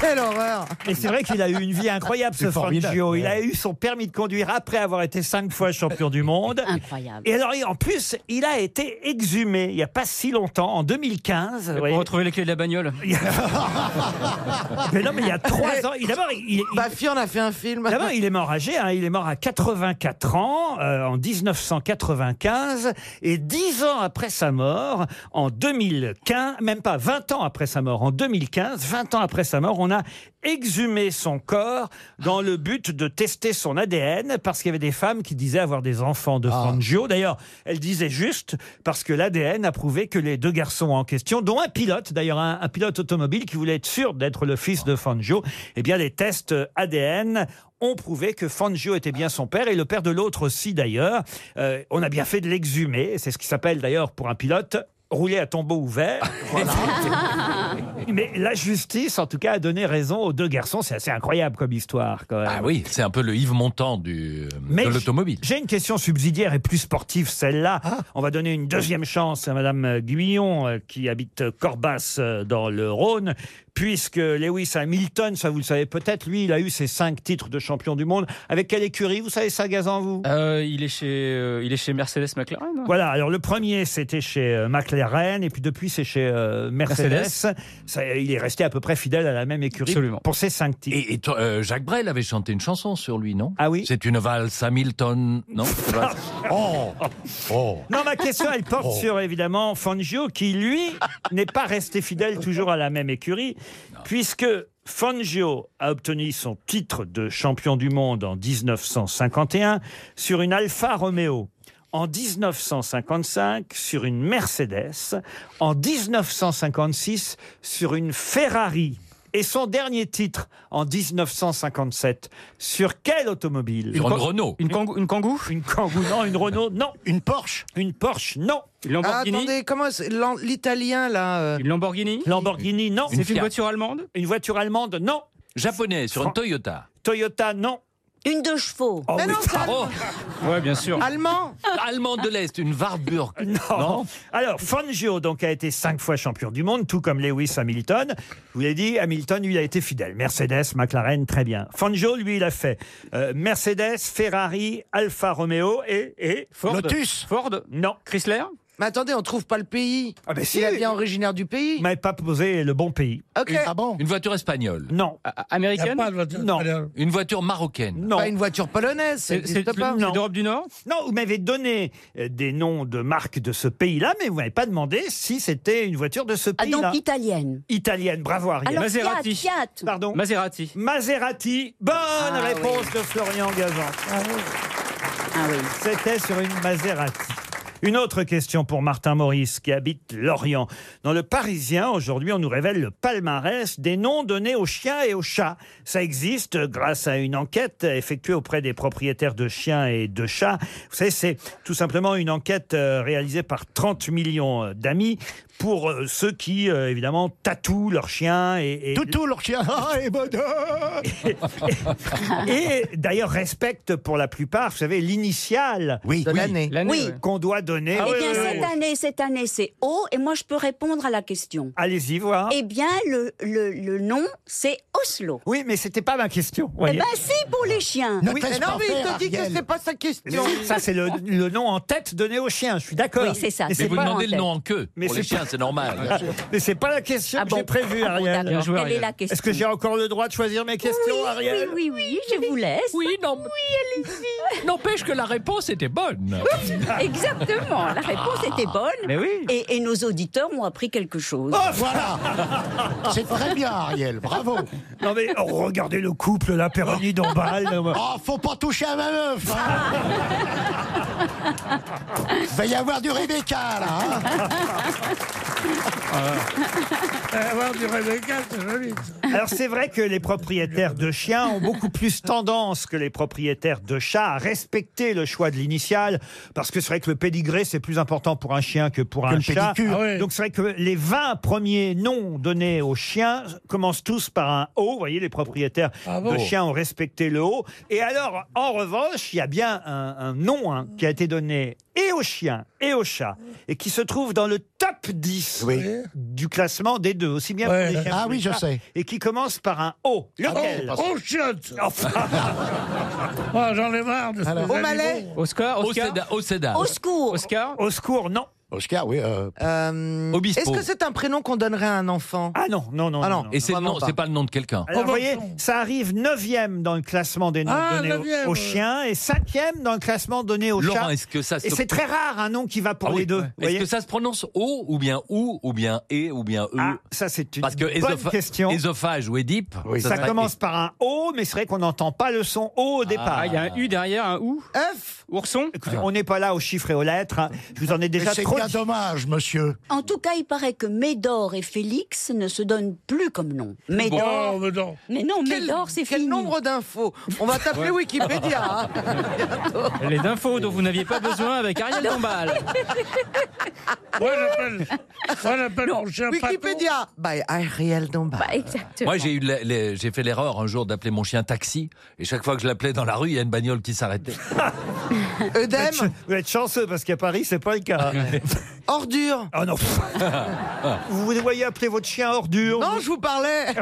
Quelle horreur Et c'est vrai qu'il a eu une vie incroyable, ce formidable, Fangio. Il a eu son permis de conduire après avoir été cinq fois champion du monde. Incroyable. Et alors, il- en plus, il a été exhumé il n'y a pas si longtemps, en 2015. vous Pour voyez. retrouver les clés de la bagnole. Mais non, mais il y a trois ans. il- D'abord, il, il- Bafi Eh, en a fait un film. D'abord, il est mort âgé, hein, il est mort à 84 ans euh, en 1995 et 10 ans après sa mort, en 2015, même pas 20 ans après sa mort, en 2015, 20 ans après sa mort, on a exhumé son corps dans le but de tester son ADN parce qu'il y avait des femmes qui disaient avoir des enfants de Fangio. D'ailleurs, elles disaient juste parce que l'ADN a prouvé que les deux garçons en question, dont un pilote, d'ailleurs un, un pilote automobile qui voulait être sûr d'être le fils de Fangio, eh bien les tests ADN ont prouvé que Fangio était bien son père et le père de l'autre aussi d'ailleurs. Euh, on a bien fait de l'exhumer, c'est ce qui s'appelle d'ailleurs pour un pilote rouler à tombeau ouvert. Voilà. Mais la justice, en tout cas, a donné raison aux deux garçons. C'est assez incroyable comme histoire, quand même. Ah oui, c'est un peu le Yves Montand du, Mais Euh, de l'automobile. J'ai une question subsidiaire et plus sportive, celle-là. Ah. On va donner une deuxième chance à Madame Guyon, euh, qui habite Corbas euh, dans le Rhône, puisque Lewis Hamilton, ça vous le savez peut-être, lui, il a eu ses cinq titres de champion du monde. Avec quelle écurie Vous savez ça, Gazan, vous Euh, il, est chez, euh, il est chez Mercedes McLaren. Ah. hein Voilà, alors le premier c'était chez euh, McLaren et puis depuis c'est chez euh, Mercedes. Mercedes. Ça, il est resté à peu près fidèle à la même écurie Absolument. pour ses cinq titres. Et, et toi, euh, Jacques Brel avait chanté une chanson sur lui, non Ah oui C'est une valse Hamilton, non C'est pas- Oh Oh Non, ma question, elle porte Oh. sur évidemment Fangio, qui lui n'est pas resté fidèle toujours à la même écurie, puisque Fangio a obtenu son titre de champion du monde en 1951 sur une Alfa Romeo. En 1955, sur une Mercedes. En 1956, sur une Ferrari. Et son dernier titre, en 1957, sur quelle automobile Une Renault. Une, kangou, une Kangoo Une Kangoo, non. Une Renault, non. Une Porsche Une Porsche, non. Une Ah, attendez, comment c'est- l'an- l'italien là euh, Une Lamborghini Lamborghini, non. C'est une Fiat. voiture allemande Une voiture allemande, non. Japonais, sur une Toyota. Toyota, non. Une deux chevaux. Oh, oui. Ouais, bien sûr. Allemand Allemand de l'Est, une Warburg. Non. Alors, Fangio donc, a été cinq fois champion du monde, tout comme Lewis Hamilton. Je vous l'ai dit, Hamilton, lui, a été fidèle. Mercedes, McLaren, très bien. Fangio, lui, il a fait euh, Mercedes, Ferrari, Alfa Romeo et, et Ford. Lotus. Ford Non. Chrysler Mais attendez, on trouve pas le pays. Ah ben si. Il est bien originaire du pays. Vous m'avez pas posé le bon pays. Ok. Ah bon Une voiture espagnole. Non. Américaine pas de voiture Non. espagnole. Une voiture marocaine. Non. Pas une voiture polonaise, ça C'est- c'est- existe pas. c'est d'Europe du Nord Non, vous m'avez donné euh, des noms de marques de ce pays-là, mais vous m'avez pas demandé si c'était une voiture de ce Ah, pays-là. donc italienne. Italienne, bravo Ariel. Alors, Maserati. Fiat, Fiat. Pardon Maserati. Maserati, bonne Ah, réponse de Florian Gazan. Ah C'était sur une Maserati. Une autre question pour Martin Maurice qui habite Lorient. Dans le Parisien, aujourd'hui, on nous révèle le palmarès des noms donnés aux chiens et aux chats. Ça existe grâce à une enquête effectuée auprès des propriétaires de chiens et de chats. Vous savez, c'est tout simplement une enquête euh, réalisée par 30 millions euh, d'amis pour euh, ceux qui, euh, évidemment, tatouent leurs chiens et... et- Toutou, leur chien. Ah, et bonheur et d'ailleurs respecte pour la plupart, vous savez, l'initiale Oui, De l'année. Oui. ouais. qu'on doit donner. Ah eh bien, cette année, cette année, c'est O, et moi, je peux répondre à la question. Allez-y voir. Eh bien, le, le, le nom, c'est Oslo. Oui, mais c'était pas ma question. Eh voyez. bien, si, pour les chiens. Ne Oui, te laisse mais non, pas mais il faire, te dit que Ariel. c'est pas sa question. Ça, c'est le, le nom en tête donné au chien, je suis d'accord. Oui, c'est ça, Mais c'est Mais vous pas demandez en le tête. nom en queue. Mais Pour c'est les chiens, pas- c'est normal. Mais c'est pas la question Ah que bon j'ai prévue, Ah bon, Ariel. d'accord. joué, Quelle est Ariel. la question Est-ce que j'ai encore le droit de choisir mes questions, Oui, Ariel oui, oui, je vous laisse. Oui, non. Oui, allez-y. N'empêche que la réponse était bonne. Exactement, la réponse était bonne. Mais oui. Et, et nos auditeurs ont appris quelque chose. Voilà C'est très bien, Ariel, bravo Non mais oh, regardez le couple, la Péroni d'Ombal. Ah, Oh, faut pas toucher à ma meuf hein. Va y avoir du Rebecca, là hein. Ah. Eh, Avoir du Rebecca, c'est joli. ça. Alors c'est vrai que les propriétaires de chiens ont beaucoup plus tendance que les propriétaires de chats à respecter le choix de l'initiale, parce que c'est vrai que le pédigré c'est plus important pour un chien que pour un le chat. pédicure. Ah ouais. Donc c'est vrai que les 20 premiers noms donnés aux chiens commencent tous par un O. Vous voyez, les propriétaires Ah bon de chiens ont respecté le O. Et alors, en revanche, il y a bien un, un nom hein, qui a été donné et aux chiens et aux chats, et qui se trouve dans le top 10 Oui. du classement des deux, aussi bien Ouais. pour les chiens Ah que oui, les je chats sais. et qui commence par un O. Lequel Oh, oh chiotte Enfin, Oh, J'en ai marre de ces Alors. Au animaux. Malais Oscar, Oscar, Océda. Océda. Au secours Oscar. au secours, non. Oscar, oui. euh, Euh, Obispo. Est-ce que c'est un prénom qu'on donnerait à un enfant Ah non, non, non. Ah non, non. Et c'est le Vraiment nom- pas. c'est pas le nom de quelqu'un. Alors, vous voyez, ça arrive 9 dans le classement des noms Ah, donnés au- neuvième, aux ouais. chiens et 5 dans le classement donné aux Laurent, chats. est-ce que ça se Et c'est très rare un nom qui va pour Ah les oui. deux. vous Est-ce voyez que ça se prononce O ou bien OU ou bien E ou bien E Ah, ça c'est une Parce que bonne ésopha- question. ésophage ou édipe, Oui. Ça serait- commence par un O, mais c'est vrai qu'on n'entend pas le son O au départ. Ah, il y a un U derrière, un OU. F Ourson. Écoutez, on n'est pas là aux chiffres et aux lettres. hein. Je vous en ai déjà c'est trop bien dommage, monsieur. En tout cas, il paraît que Médor et Félix ne se donnent plus comme nom. Médor. Oh, mais non. Mais non, Médor, c'est fini. Quel nombre d'infos On va t'appeler Wikipédia. hein. Les infos dont vous n'aviez pas besoin avec Ariel Dombal. Moi, j'appelle. Moi, j'appelle mon chien Wikipédia. Bah, By Ariel Dombal. Moi, j'ai eu la- les- j'ai fait l'erreur un jour d'appeler mon chien taxi, et chaque fois que je l'appelais dans la rue, il y a une bagnole qui s'arrêtait. Vous êtes ch- Vous êtes chanceux parce qu'à Paris, c'est pas le cas. Ordure. Ah non. vous vous voyez appeler votre chien ordure. Non, je vous parlais.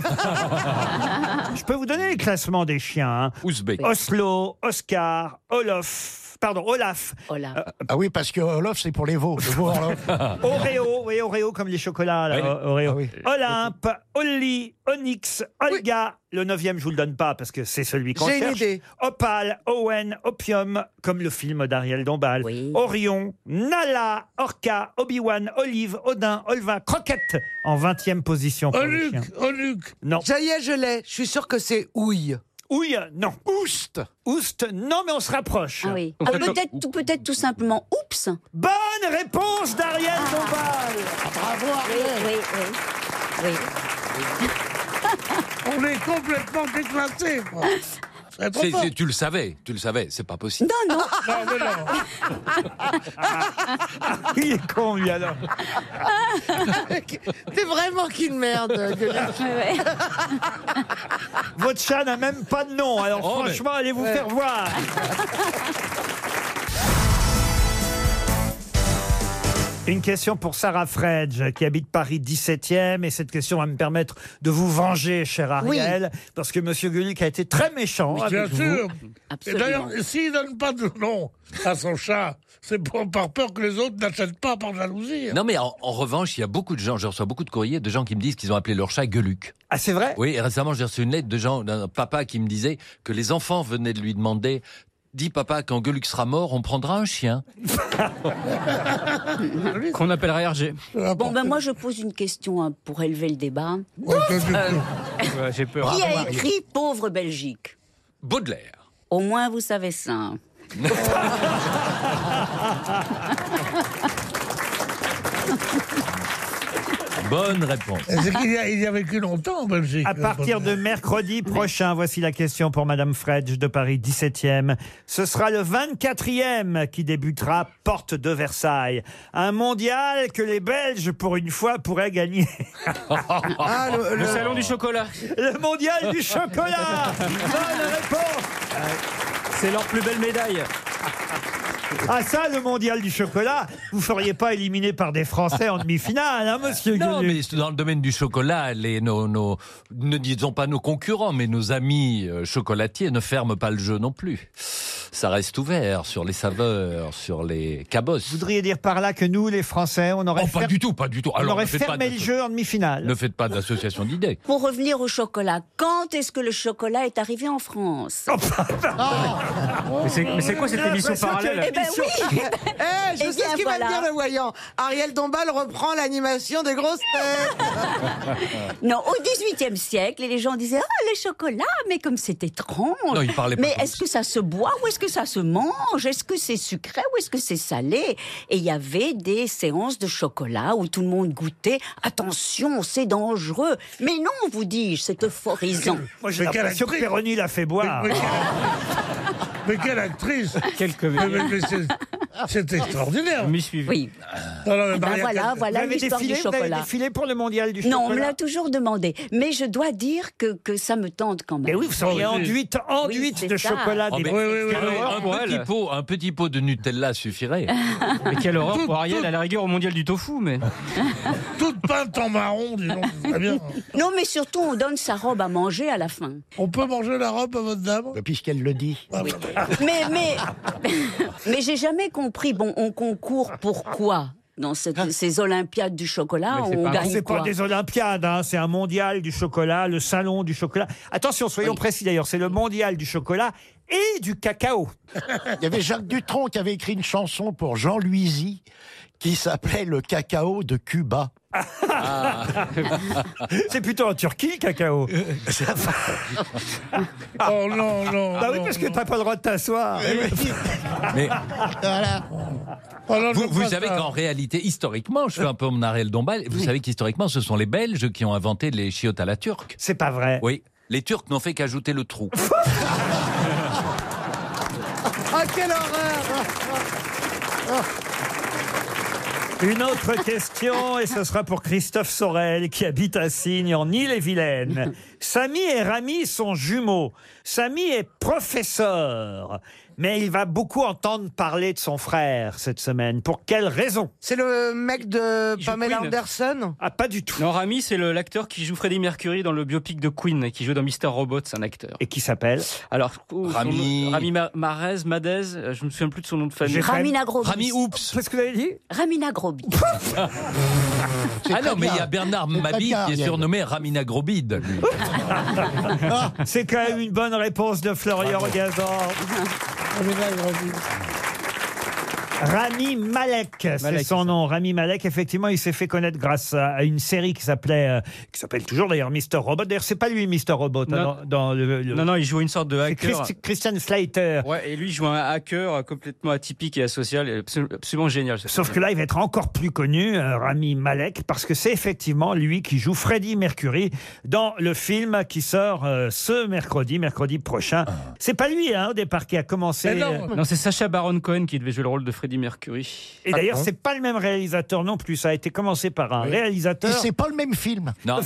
Je peux vous donner les classements des chiens. hein. Oslo, Oscar, Olof. Pardon, Olaf. Euh, Olaf. Ah oui, parce que Olof, c'est pour les veaux. Le veau Orloff. Oreo, oui, Oreo comme les chocolats, là, O- Ah Oreo. Olympe, Olly, Onyx, Olga. Le neuvième, je vous le donne pas parce que c'est celui qu'on J'ai une cherche. idée. Opal, Owen, Opium, comme le film d'Ariel Dombal. Orion, Nala, Orca, Obi-Wan, Olive, Odin, Olva, Croquette en 20e position. Pour les chiens. Non. Ça y est, je l'ai. Je suis sûr que c'est Ouille. Ouille, non. Oust. Oust, non, mais on se rapproche. Ah oui. Ah, peut-être, tout, peut-être tout simplement, oups. Bonne réponse d'Ariel Dombal. Bravo, Ariel. Oui, oui, oui. On est complètement déclassé. quoi. C'est trop C'est- fort. c'est- tu le savais, tu le savais, c'est pas possible. Non, non. Non, mais non. Il est con, lui, alors. T'es vraiment qu'une merde. Gueulard. Ah, Votre chat n'a même pas de nom, alors Oh, mais- franchement, allez vous faire voir. Une question pour Sarah Fredge, qui habite Paris 17e, et cette question va me permettre de vous venger, cher Ariel, parce que Monsieur Gulick a été très méchant Bien avec sûr. vous. Et d'ailleurs, s'il donne pas de nom à son chat, c'est pour- par peur que les autres n'achètent pas par jalousie. Non, mais en, en revanche, il y a beaucoup de gens, je reçois beaucoup de courriers de gens qui me disent qu'ils ont appelé leur chat Gueuluc. Ah, c'est vrai Oui, et récemment, j'ai reçu une lettre de gens, d'un papa qui me disait que les enfants venaient de lui demander Dis papa, quand Gueuluc sera mort, on prendra un chien. Qu'on appellerait Hergé. Bon, ben moi, je pose une question hein, pour élever le débat. Ouais, j'ai peur. Qui a écrit Pauvre Belgique Baudelaire. Au moins, vous savez ça. Bonne réponse. C'est qu'il y a, il y a vécu longtemps en Belgique. euh, À partir de mercredi prochain, voici la question pour Madame Fredge de Paris 17e. Ce sera le 24e qui débutera porte de Versailles. Un mondial que les Belges, pour une fois, pourraient gagner. Ah, le- Le le- salon du chocolat. Le mondial du chocolat Bonne réponse C'est leur plus belle médaille. Ah ça, le mondial du chocolat, vous feriez pas éliminer par des Français en demi-finale, hein, monsieur Non, Gueluc mais c'est dans le domaine du chocolat, les, nos, nos- ne disons pas nos concurrents, mais nos amis euh, chocolatiers ne ferment pas le jeu non plus. Ça reste ouvert sur les saveurs, sur les cabosses. Vous voudriez dire par là que nous, les Français, on aurait, Oh, pas fer- du tout, pas du tout. on Alors, aurait ne faites pas fermé le d'asso- jeu en demi-finale Ne faites pas d'association d'idées. Pour revenir au chocolat, quand est-ce que le chocolat est arrivé en France Mais c'est, mais c'est quoi cette émission parallèle Eh, je Eh sais bien, ce qu'il va ben voilà. me dire, le voyant. Ariel Dombal reprend l'animation des grosses têtes. Ah. Non, au XVIIIe siècle, et les gens disaient Ah, les chocolats, mais comme c'est étrange Non, ils parlaient pas Mais comme est-ce que ça se boit ou est-ce que ça se mange Est-ce que c'est sucré ou est-ce que c'est salé Et il y avait des séances de chocolat où tout le monde goûtait Attention, c'est dangereux Mais non, vous dis-je, c'est euphorisant Moi, j'ai Mais quelle l'impression que intrigue. Péroni l'a fait boire. Mais, mais quelle... mais quelle actrice Quelques Mais- mais- mais c'est- C'est extraordinaire. m'y suivent. Oui, Non, non, mais ben Maria voilà, Callas- Vous voilà avez l'histoire du défilé, vous avez chocolat. défilé pour le mondial du Non, on me chocolat l'a toujours demandé. Mais je dois dire que, que ça me tente quand même. Mais oui, vous seriez Oh, oui. enduite, enduite c'est de ça. chocolat. Oh, des- mais- Oui, oui, oui, Ah oui. oui, un, pour petit elle. pot, un petit pot de Nutella suffirait. Mais quelle horreur Tout- pour Ariel, à la rigueur au mondial du tofu, mais. Toute peinte en marron, dis donc, c'est très bien. Non, mais surtout, on donne sa robe à manger à la fin. On peut manger la robe à votre dame Puisqu'elle le dit. Ah, bah, Mais, mais, mais j'ai jamais compris. Bon, on concourt pour quoi dans cette- ces Olympiades du chocolat Mais c'est On pas- gagne Ah. C'est quoi pas des Olympiades, hein, c'est un mondial du chocolat, le salon du chocolat. Attention, soyons précis d'ailleurs, c'est le mondial du chocolat et du cacao. Il y avait Jacques Dutronc qui avait écrit une chanson pour Jean Luizy qui s'appelait Le cacao de Cuba. Ah. C'est plutôt en Turquie, le Euh, cacao. Oh non, Eh non. Bah oui, non, parce que non. Oh, t'as pas le Euh. droit de t'asseoir. Mais vous, vous savez qu'en réalité, historiquement, je fais un peu mon arrêt le dombal, vous savez qu'historiquement, ce sont les Belges qui ont inventé les chiottes à la turque. C'est pas vrai. Oui. Les Turcs n'ont fait qu'ajouter le trou. Ah, quelle horreur Une autre question, et ce sera pour Christophe Sorel, qui habite à Signe, en Île-et-Vilaine. Samy et Rami sont jumeaux. Samy est professeur, mais il va beaucoup entendre parler de son frère cette semaine. Pour quelle raison C'est le mec de Pamela Queen. Anderson Ah, pas du tout. Non, Rami, c'est le- l'acteur qui joue Freddie Mercury dans le biopic de Queen, qui joue dans Mister Robot, c'est un acteur. Et qui s'appelle Alors, oh, son Rami- nom- Rami Ma- Marez, Madez, euh, je me souviens plus de son nom de famille. Ramina Grobis. Rami Oups. Qu'est-ce que vous avez dit Ramina Grobis. Ah non, mais il y a Bernard C'est très Mabi bien, qui est Ariel. surnommé Ramina Grobide. lui. Ah, C'est quand même une bonne réponse de Florian Gazan. Ah, Rami Malek, c'est Malek, son nom. Rami Malek, effectivement, il s'est fait connaître grâce à à une série qui s'appelait, euh, qui s'appelle toujours d'ailleurs Mister Robot. D'ailleurs, c'est pas lui Mister Robot hein, Non. dans, dans le, le- Non, non, il joue une sorte de c'est hacker. Christi- Christian Slater. Ouais, et lui il joue un hacker euh, complètement atypique et asocial, et absolu- absolument génial. ce Sauf que film. là, il va être encore plus connu, euh, Rami Malek, parce que c'est effectivement lui qui joue Freddie Mercury dans le film qui sort euh, ce mercredi, mercredi prochain. Ah. C'est pas lui, hein, au départ, qui a commencé. Mais non. euh, Non, c'est Sacha Baron Cohen qui devait jouer le rôle de Freddie Mercury. Et Ah, d'ailleurs, c'est pas le même réalisateur non plus. Ça a été commencé par un Et réalisateur. c'est pas le même film. Non.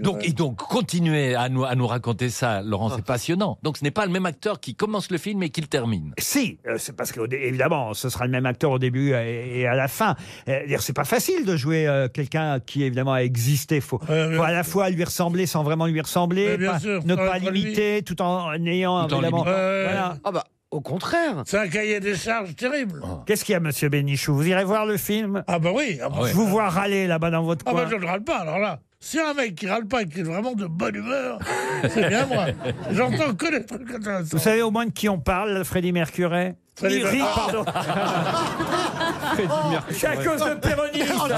Donc, et donc, continuez à nous, à nous raconter ça, Laurent, Ah. c'est passionnant. Donc, ce n'est pas le même acteur qui commence le film et qui le termine. Si, euh, c'est parce que au dé- évidemment, ce sera le même acteur au début et, et à la fin. Euh, d'ailleurs, c'est pas facile de jouer euh, quelqu'un qui évidemment a existé. Faut, Ouais, bien faut à la fois lui ressembler sans vraiment lui ressembler, Ouais, bien pas- sûr, ne sans pas être lui. l'imiter, tout en ayant Tout en évidemment. Ouais, ouais, Voilà. Ah bah, au contraire. Euh, C'est un cahier des charges terrible. Qu'est-ce qu'il y a, Monsieur Bénichou Vous irez voir le film Ah bah oui. Ah bah, Ah ouais. Je vous vois râler là-bas dans votre ah coin. bah, je ne râle pas, alors là. Si un mec qui râle pas et qui est vraiment de bonne humeur, c'est bien moi. J'entends que des trucs intéressants. Vous savez au moins de qui on parle, Freddy Mercury. Freddie Mercury, Mercury. pardon. Oh, C'est à cause de Péroni. ça.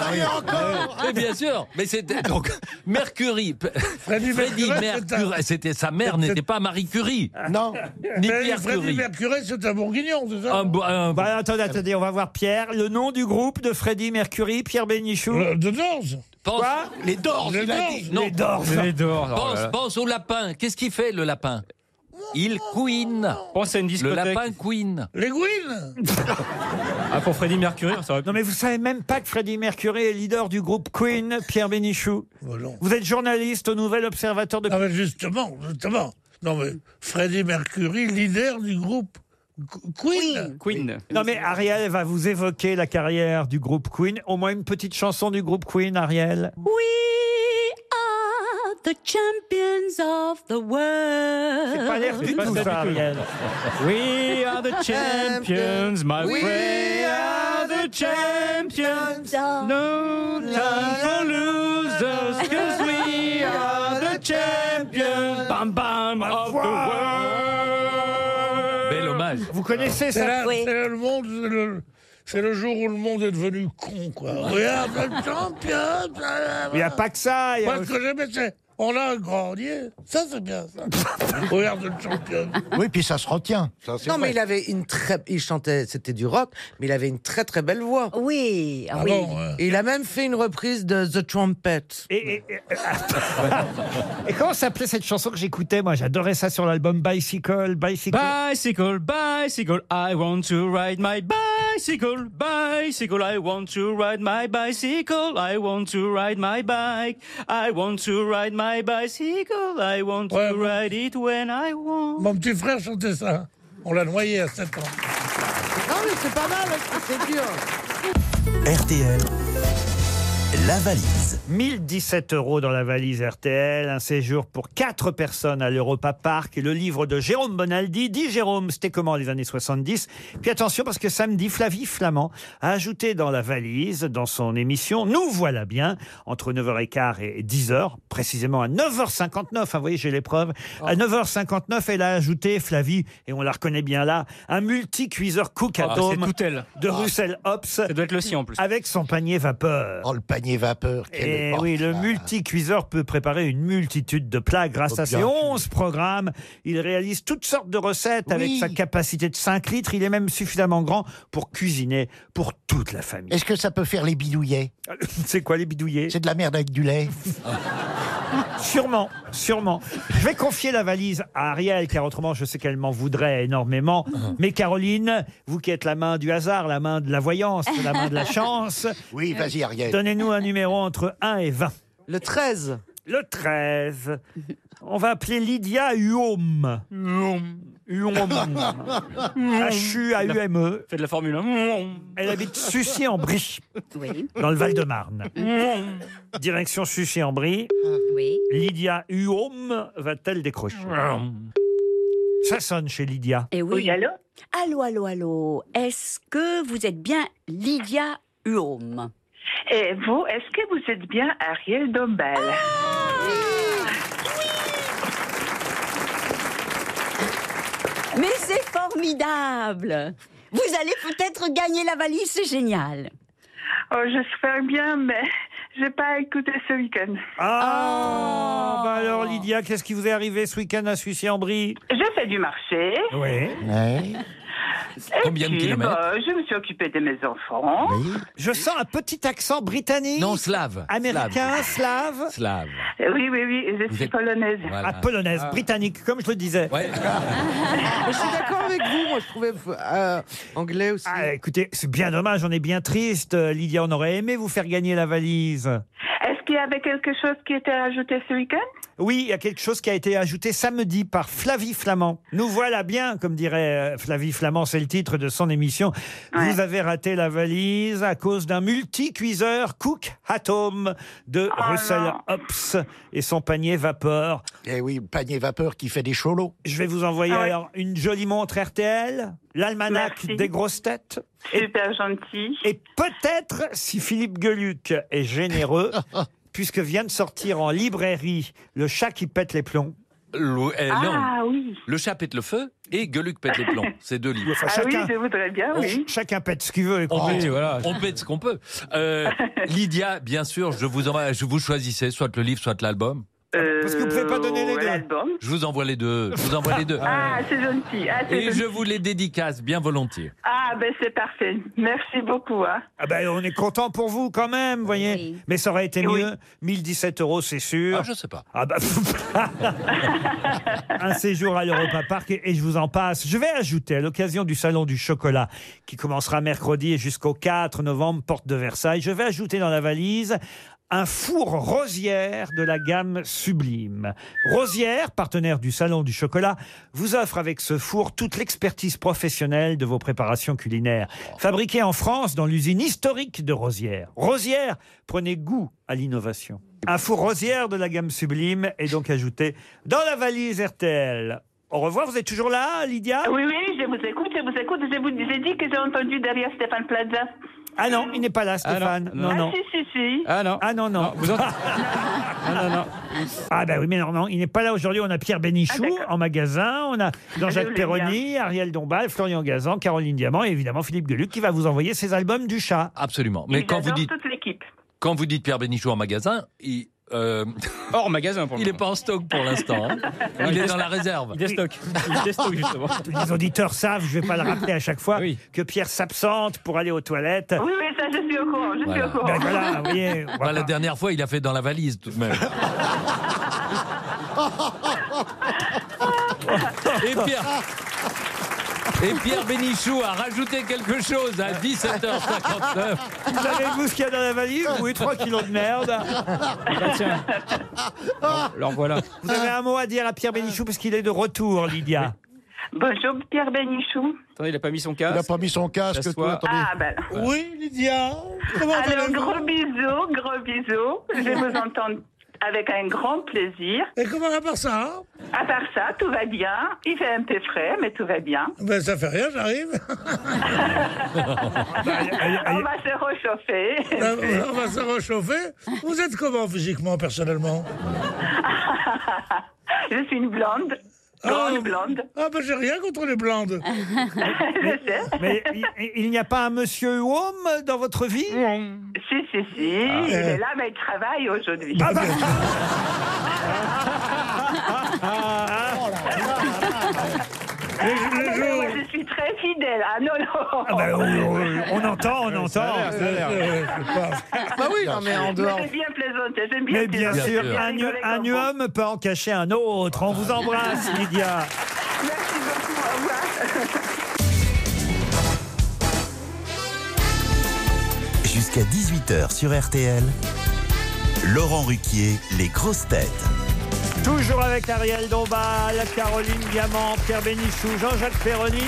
Mais bien sûr, mais c'était donc Mercury. P- Freddie Freddie Mercury, Mercury, Ah, c'était sa mère c'est- n'était pas Marie Curie, Non. ni Mais Pierre Freddy Curie. Eh, Mercury, c'est un bourguignon, c'est ça Un bo- un- Ah Bah, attendez, attendez, on va voir Pierre. Le nom du groupe de Freddie Mercury, Pierre Bénichou. Le- Euh, De Doors pense, Quoi Les Doors, Les il a Doors. dit. non, Les Doors. Les dehors. oh pense, là là. pense au lapin. Qu'est-ce qu'il fait le lapin Il couine. Pense à une Le discothèque. lapin couine. Les Gwyn Ah, pour Freddie Mercury, ça aurait pu- Non mais vous savez même pas que Freddie Mercury est leader du groupe Queen, Pierre Bénichou. Bah non. Vous êtes journaliste au Nouvel Observateur de... Ah mais justement, justement. Non mais Freddie Mercury, leader du groupe Qu- Queen. Queen. Non mais Ariel va vous évoquer la carrière du groupe Queen. Au moins une petite chanson du groupe Queen, Ariel. We are the champions of the world. C'est pas l'air du pas tout ça du ça, tout. Ariel. We are the champions, my We friend. are the champions. No time for losers, cause we are the champions. Bam bam of the world. Bel hommage. Vous connaissez C'est ça là, Oui. c'est là le monde, c'est le, c'est le jour où le monde est devenu con, quoi. Regarde le champion Il n'y a pas que ça. il y a Moi, ce aussi- que j'aimais, c'est... On a un grandier. Ça, c'est bien, ça. Regarde le champion. Oui, puis ça se retient. Non, mais il avait une très. Il chantait, c'était du rock, mais il avait une très très belle voix. Oui, ah Ah oui. bon, euh, ouais. Et il a même fait une reprise de The Trumpet. Et, et- et- et comment s'appelait cette chanson que j'écoutais Moi, j'adorais ça sur l'album Bicycle, Bicycle. Bicycle, bicycle, I want to ride my bicycle. Bicycle, I want to ride my bicycle. I want to ride my bike. I want to ride my bicycle. I want Ouais, to bon. ride it when I want. Mon petit frère chantait ça. On l'a noyé à 7 ans. Non, mais c'est pas mal, hein, c'est dur. RTL, la valise. 1017 euros dans la valise RTL, un séjour pour quatre personnes à l'Europa Park et le livre de Jérôme Bonaldi. Dis Jérôme, c'était comment les années 70 Puis attention parce que samedi, Flavie Flamand a ajouté dans la valise, dans son émission, Nous voilà bien, entre 9h15 et 10h, précisément à 9h59, hein, vous voyez, j'ai l'épreuve, Oh. à 9h59, elle a ajouté, Flavie, et on la reconnaît bien là, un multi-cuiseur cook à Ah, dôme c'est tout elle. de Russell Hobbs Ça doit être le sien en plus. avec son panier vapeur. Oh, le panier vapeur. quel Eh oui, le multicuiseur peut préparer une multitude de plats Oh, grâce à ses 11 programmes. Il réalise toutes sortes de recettes avec Oui. sa capacité de 5 litres. Il est même suffisamment grand pour cuisiner pour toute la famille. Est-ce que ça peut faire les bidouillets C'est quoi les bidouillets C'est de la merde avec du lait. Sûrement, sûrement. Je vais confier la valise à Ariel, car autrement, je sais qu'elle m'en voudrait énormément. Ah. Mais Caroline, vous qui êtes la main du hasard, la main de la voyance, la main de la chance. Oui, vas-y, Ariel. Euh, Donnez-nous un numéro entre 1 et 20. Le 13. Le 13. On va appeler Lydia Huom. Huom. H-U-A-U-M-E. Fait de la Formule 1. E. Elle habite Sucy-en-Brie, dans le Val-de-Marne. Direction Sucy-en-Brie. Ah, Oui. Lydia Huom va-t-elle décrocher Ça sonne chez Lydia. Eh oui. allô Allô, allô, allô. Est-ce que vous êtes bien Lydia Huome Et vous, est-ce que vous êtes bien Ariel Dombal Ah! Mais c'est formidable Vous allez peut-être gagner la valise, c'est génial. Oh, j'espère bien, mais j'ai pas écouté ce week-end. Ah, bah alors Lydia, qu'est-ce qui vous est arrivé ce week-end à Sucy-en-Brie J'ai fait du marché. Oui. Et Combien de puis, kilomètres bah, Je me suis occupée de mes enfants. Je sens un petit accent britannique. Non, slave. Américain, slave. Slave. Oui, oui, oui, je suis polonaise. Voilà. Ah, polonaise, Ah. britannique, comme je le disais. Je suis d'accord avec vous, moi je trouvais euh, anglais aussi. Ah, écoutez, c'est bien dommage, on est bien triste. Euh, Lydia, on aurait aimé vous faire gagner la valise. Est-ce qu'il y avait quelque chose qui était ajouté ce week-end Oui, il y a quelque chose qui a été ajouté samedi par Flavie Flamand. Nous voilà bien, comme dirait euh, Flavie Flamand, c'est le titre de son émission. Vous avez raté la valise à cause d'un multicuiseur Cook at Home de Oh Russell Hobbs et son panier vapeur. Eh oui, panier vapeur qui fait des cholos. Je vais vous envoyer Ah ouais. alors une jolie montre RTL, l'almanach Merci. des grosses têtes. Super gentil. Et peut-être, si Philippe Gueluc est généreux, puisque vient de sortir en librairie Le chat qui pète les plombs. Le, eh, non. Ah oui. Le chat pète le feu et Gueuluc pète les plombs. C'est deux livres. Enfin, chacun, Ah Oh, voudrais bien, chacun pète ce qu'il veut. On, écoutez. pète, on pète ce qu'on peut. Euh, Lydia, bien sûr, je vous envoie, je vous choisissez soit le livre, soit l'album. Euh, Parce que vous pouvez pas donner les deux. Je vous envoie les deux. Je vous envoie les deux. Ah, c'est gentil. Ah, c'est Et gentil. je vous les dédicace bien volontiers. Ah, ben c'est parfait. Merci beaucoup. hein. Ah ben, on est content pour vous quand même, voyez. Mais ça aurait été Oui. mieux. 1017 euros, c'est sûr. Ah, je sais pas. Ah bah, un séjour à l'Europa Park et, et je vous en passe. Je vais ajouter à l'occasion du salon du chocolat qui commencera mercredi et jusqu'au 4 novembre porte de Versailles, je vais ajouter dans la valise un four rosière de la gamme sublime. Rosière, partenaire du Salon du Chocolat, vous offre avec ce four toute l'expertise professionnelle de vos préparations culinaires. Fabriqué en France dans l'usine historique de Rosière. Rosière, prenez goût à l'innovation. Un four rosière de la gamme sublime est donc ajouté dans la valise RTL. Au revoir, vous êtes toujours là, Lydia Oui, oui, je vous écoute, je vous écoute. Je vous ai dit que j'ai entendu derrière Stéphane Plaza. Ah non, il n'est pas là, Ah non, Stéphane. non, ah, non. si, si, si. Ah non. Ah non, non. non, non. Ah bah oui, mais non, non, il n'est pas là aujourd'hui. On a Pierre Bénichou Ah, en magasin, on a Je Jean-Jacques l'ai Perroni, Ariel Dombal, Florian Gazan, Caroline Diamant et évidemment Philippe Gueluc qui va vous envoyer ses albums du chat. Absolument. Mais quand vous dites toute l'équipe. quand vous dites Pierre Bénichou en magasin, il euh, Hors magasin pour il n'est pas en stock pour l'instant. hein. Non, Il il est est- dans la réserve. il est stock. Il est stock, justement. Les auditeurs savent, je ne vais pas le rappeler à chaque fois, que Pierre s'absente pour aller aux toilettes. Oui, oui, ça, je suis au courant, je Voilà. suis au courant. Ben voilà, vous voyez, on va Bah, la pas- dernière fois, il a fait dans la valise tout de même. Et Pierre, et Pierre Bénichou a rajouté quelque chose à 17h59. Vous savez-vous ce qu'il y a dans la valise Oui, 3 kilos de merde. Bah, Alors voilà. Vous avez un mot à dire à Pierre Bénichou parce qu'il est de retour, Lydia. Bonjour, Pierre Bénichou. Attendez, il n'a pas mis son casque. Il a pas mis son casque, Ça se toi, voit. attendez. Ah, ben. Oui, Lydia. Comment Alors, allez-vous gros bisous, gros bisous. Je vais vous entendre avec un grand plaisir. Et comment va par ça hein À part ça, tout va bien. Il fait un peu frais, mais tout va bien. Ben ça fait rien, j'arrive. On va se réchauffer. Euh, On va se réchauffer. Vous êtes comment physiquement, personnellement je suis une blonde. Blonde, blonde. Ah, ben j'ai rien contre les blondes. Mais il, il n'y a pas un monsieur Homme dans votre vie Si, si, si. Ah. il Euh. est là, mais il travaille aujourd'hui. Ah bah, ah, Ah, non, moi, je suis très fidèle. Ah non, non. bah, oh, euh, On entend, on entend. Ah, Euh, Bah Bah Bah oui, non, mais en dehors. J'aime bien plaisanter, j'aime bien Mais bien plaisanter. sûr, Ah, un, nu- un homme peut en cacher un autre. On vous embrasse, Lydia. Jusqu'à 18h sur RTL. Laurent Ruquier, les grosses têtes. Toujours avec Ariel Dombal, Caroline Diamant, Pierre Bénichou, Jean-Jacques Ferroni,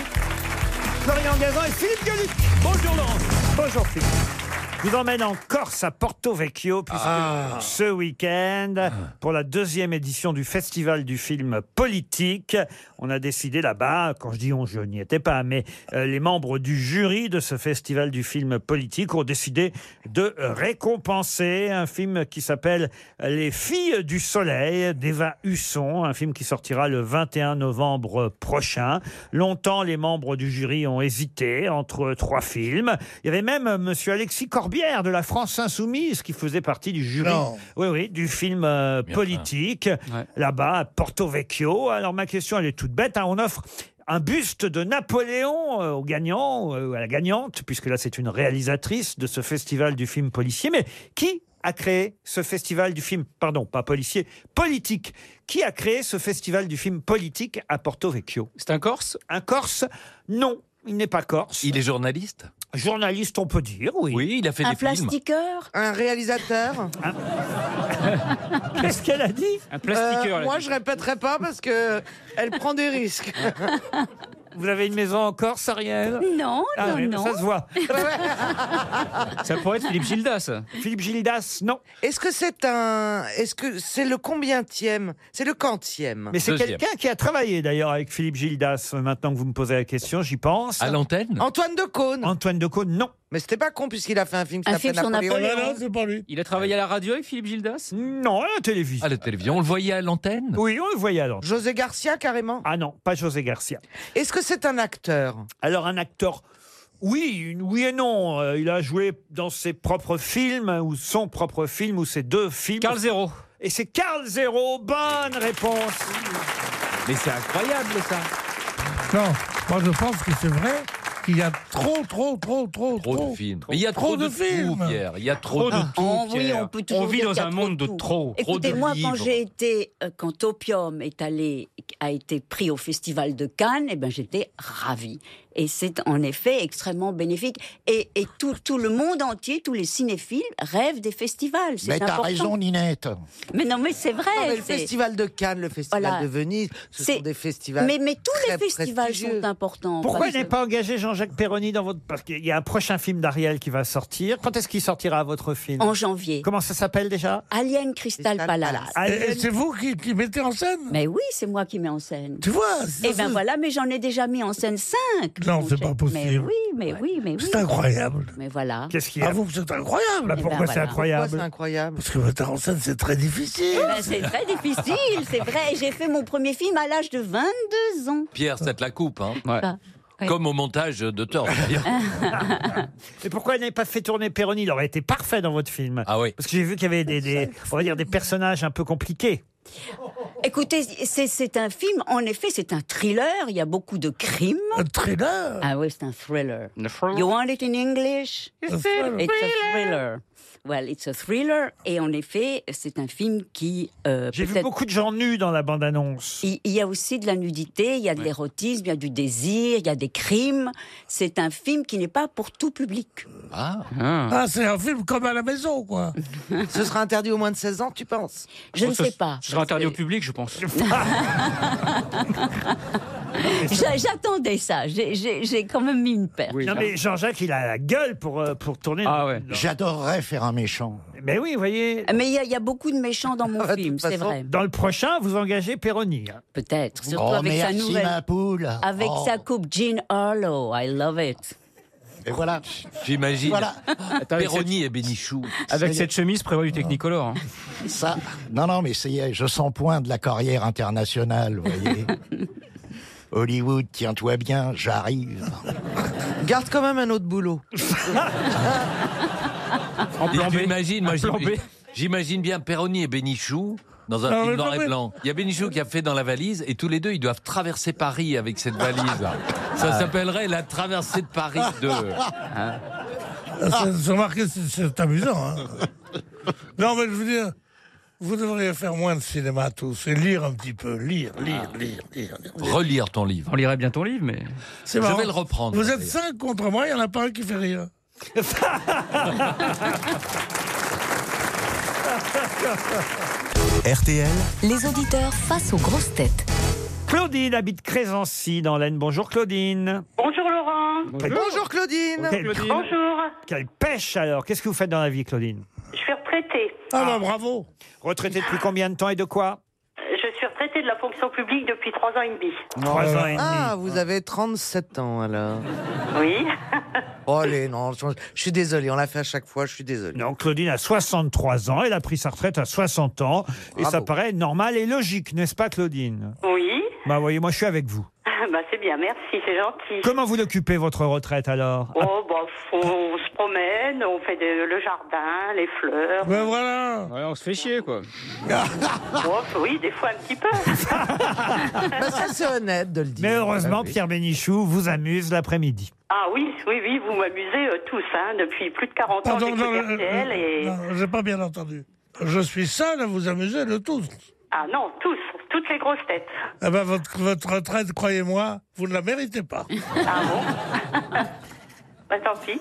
Florian Gazan et Philippe Gueluc. Bonjour Laurent. Bonjour Philippe. Je vous emmène en Corse à Porto Vecchio puisque ce week-end, pour la deuxième édition du Festival du film politique, on a décidé là-bas, quand je dis on, je n'y étais pas, mais euh, les membres du jury de ce Festival du film politique ont décidé de récompenser un film qui s'appelle Les filles du soleil d'Eva Husson, un film qui sortira le 21 novembre prochain. Longtemps, les membres du jury ont hésité entre trois films. Il y avait même euh, Monsieur Alexis Corbière de la France Insoumise qui faisait partie du jury. Non. Oui, oui, du film euh, politique là-bas à Porto Vecchio. Alors ma question, elle est toute bête. hein. On offre un buste de Napoléon euh, au gagnant, euh, à la gagnante, puisque là c'est une réalisatrice de ce festival du film policier. Mais qui a créé ce festival du film, pardon, pas policier, politique Qui a créé ce festival du film politique à Porto Vecchio C'est un Corse Un Corse Non, il n'est pas Corse. Il est journaliste Journaliste, on peut dire, oui. Oui, il a Un plastiqueur Un réalisateur Ah. Qu'est-ce qu'elle a dit Un Euh, moi, je répéterai pas parce que elle prend des risques. Vous avez une maison en Corse, Ariel Non, Ah non, oui, non. Ça se voit. Ça pourrait être Philippe Gildas. Philippe Gildas, non. Est-ce que c'est un. Est-ce que c'est le combientième C'est le quantième. Mais c'est quelqu'un qui a travaillé d'ailleurs avec Philippe Gildas. euh, Maintenant que vous me posez la question, j'y pense. À l'antenne Antoine Decaune. Antoine Decaune, non. Mais c'était pas con puisqu'il a fait un film qui Un s'appelle film sur Napoléon. Napoléon. Ah non, c'est pas lui. Il a travaillé à la radio avec Philippe Gildas Non, à la télévision. À la télévision, on le voyait à l'antenne Oui, on le voyait à l'antenne. José Garcia, carrément. Ah non, pas José Garcia. Est-ce que c'est un acteur Alors un acteur, oui, une- oui et non. Euh, il a joué dans ses propres films ou son propre film ou ses deux films. Carl Zéro. Et c'est Carl Zéro. Bonne réponse. Mais c'est incroyable ça. Non, moi je pense que c'est vrai qu'il y a trop, trop, trop, trop, trop. Trop de films. Mais il y a trop, de, tout, films. Pierre. Il y a trop de tout. Oh oui, Pierre. on peut toujours dire qu'il y a trop de tout. Écoutez, moi, quand j'ai été, euh, quand Opium est allé, a été pris au Festival de Cannes, eh ben, j'étais ravie. Et c'est en effet extrêmement bénéfique. Et, et tout, tout le monde entier, tous les cinéphiles rêvent des festivals. C'est Mais t'as important. raison, Ninette. Mais non, mais c'est vrai. Non, mais le c'est- festival de Cannes, le festival Voilà. de Venise, ce sont des festivals. Mais, mais tous les très festivals sont prestigieux. importants. Pourquoi Parce- n'est pas engagé Jean-Jacques Perroni dans votre... Parce qu'il y a un prochain film d'Ariel qui va sortir. Quand est-ce qu'il sortira votre film En janvier. Comment ça s'appelle déjà Alien Crystal Palace. Eh, Et- et c'est vous qui, qui mettez en scène Mais oui, c'est moi qui mets en scène. Tu vois, ça, Eh bien c'est- voilà, mais j'en ai déjà mis en scène cinq. Non, mon c'est cher. pas possible. Mais oui, hein. mais oui, mais oui. C'est incroyable. Mais voilà. Qu'est-ce qu'il y a Avoue que c'est incroyable. Eh ben voilà. Pourquoi c'est incroyable Parce que mettre en scène, c'est très Eh difficile. ben, c'est très difficile, c'est vrai. J'ai fait mon premier film à l'âge de 22 ans. Pierre, ça te la coupe. Hein. Ah, oui. Comme au montage de Thor. d'ailleurs. Et pourquoi il n'avait pas fait tourner Perroni Il aurait été parfait dans votre film. Ah oui. Parce que j'ai vu qu'il y avait des, des- on va dire, des personnages un peu compliqués. Écoutez, c'est c'est un film, en effet, c'est un thriller. Il y a beaucoup de crimes. Un thriller Ah oui, c'est un thriller. You want it in English? A thriller. It's a thriller. Well, it's a thriller. Et en effet, c'est un film qui. euh, J'ai vu peut-être- beaucoup de gens nus dans la bande-annonce. Il il y a aussi de la nudité, il y a de l'érotisme, il y a du désir, il y a des crimes. C'est un film qui n'est pas pour tout public. Ah, Ah, c'est un film comme à la maison, quoi. Ce sera interdit au moins de 16 ans, tu penses Je Oh, ne sais pas. Oh, Ce sera interdit au public, je pense. J'a- J'attendais ça. J'ai- J'ai j'ai quand même mis une paire. non mais Jean-Jacques, il a la gueule pour, euh, pour tourner. Ah ouais. J'adorerais faire un méchant. Mais oui, vous voyez. Ah, Mais il y, a- il y a beaucoup de méchants dans mon film, c'est vrai. Dans le prochain, vous engagez hein. Perroni. Peut-être, surtout Oh, avec sa merci, nouvelle. ma poule. Avec Oh. sa coupe Jean Harlow, I love it. Et voilà. J'imagine. Voilà. Péroni et Bénichou. Avec cette chemise prévoit du technicolor. Ça, non, non, mais c'est, je sens point de la carrière internationale, vous voyez. Hollywood, tiens-toi bien, j'arrive. Garde quand même un autre boulot. En plan B. J'imagine, moi, Un plan j'im- B. j'imagine bien Perroni et Bénichou dans un Non, film mais noir non, et mais- blanc. Il y a Bénichou qui a fait dans la valise et tous les deux, ils doivent traverser Paris avec cette valise. Ça Ah. s'appellerait la traversée de Paris 2. Hein Ça- ça remarquez, Ah, c'est- c'est amusant. hein. Non, mais je veux dire, vous devriez faire moins de cinéma tous et lire un petit peu. Lire, lire, lire, lire. lire. Relire ton livre. On lirait bien ton livre, mais. C'est Ah. Je marrant. vais le reprendre. Vous êtes cinq contre moi, il n'y en a pas un qui fait rire. RTL, Les auditeurs face aux grosses têtes. Claudine habite Crésancy dans l'Aisne. Bonjour Claudine. Bonjour Laurent. Bonjour, Claudine. Quelle- Bonjour. Quelle pêche alors Qu'est-ce que vous faites dans la vie Claudine Je suis retraitée. Ah bah bravo Retraitée depuis combien de temps et de quoi Je suis retraitée de la fonction publique depuis trois ans et demi. Trois ans et demi. Ah, vous avez 37 ans alors. Oui. Oh, allez, non, je je suis désolé, on l'a fait à chaque fois, je suis désolé. Non, Claudine a 63 ans, elle a pris sa retraite à 60 ans, et ça paraît normal et logique, n'est-ce pas Claudine Oui. Bah voyez, moi je suis avec vous. bah c'est bien, merci, c'est gentil. Comment vous l'occupez votre retraite alors Oh bah faut- on se promène, on fait de- le jardin, les fleurs. Ben voilà on se fait chier, quoi. Oh, oui, des fois un petit peu. Bah, ça, c'est honnête de le dire. Mais heureusement, Ah oui. Pierre Bénichou vous amuse l'après-midi. Ah oui, oui, oui, vous m'amusez euh, tous, hein, depuis plus de 40 ans Pardon, j'écoute non, euh, RTL et... non, j'ai pas bien entendu. Je suis seul à vous amuser de tous. Ah non, tous, toutes les grosses têtes. Eh ben, votre, votre retraite, croyez-moi, vous ne la méritez pas. Ah bon Bah tant pis.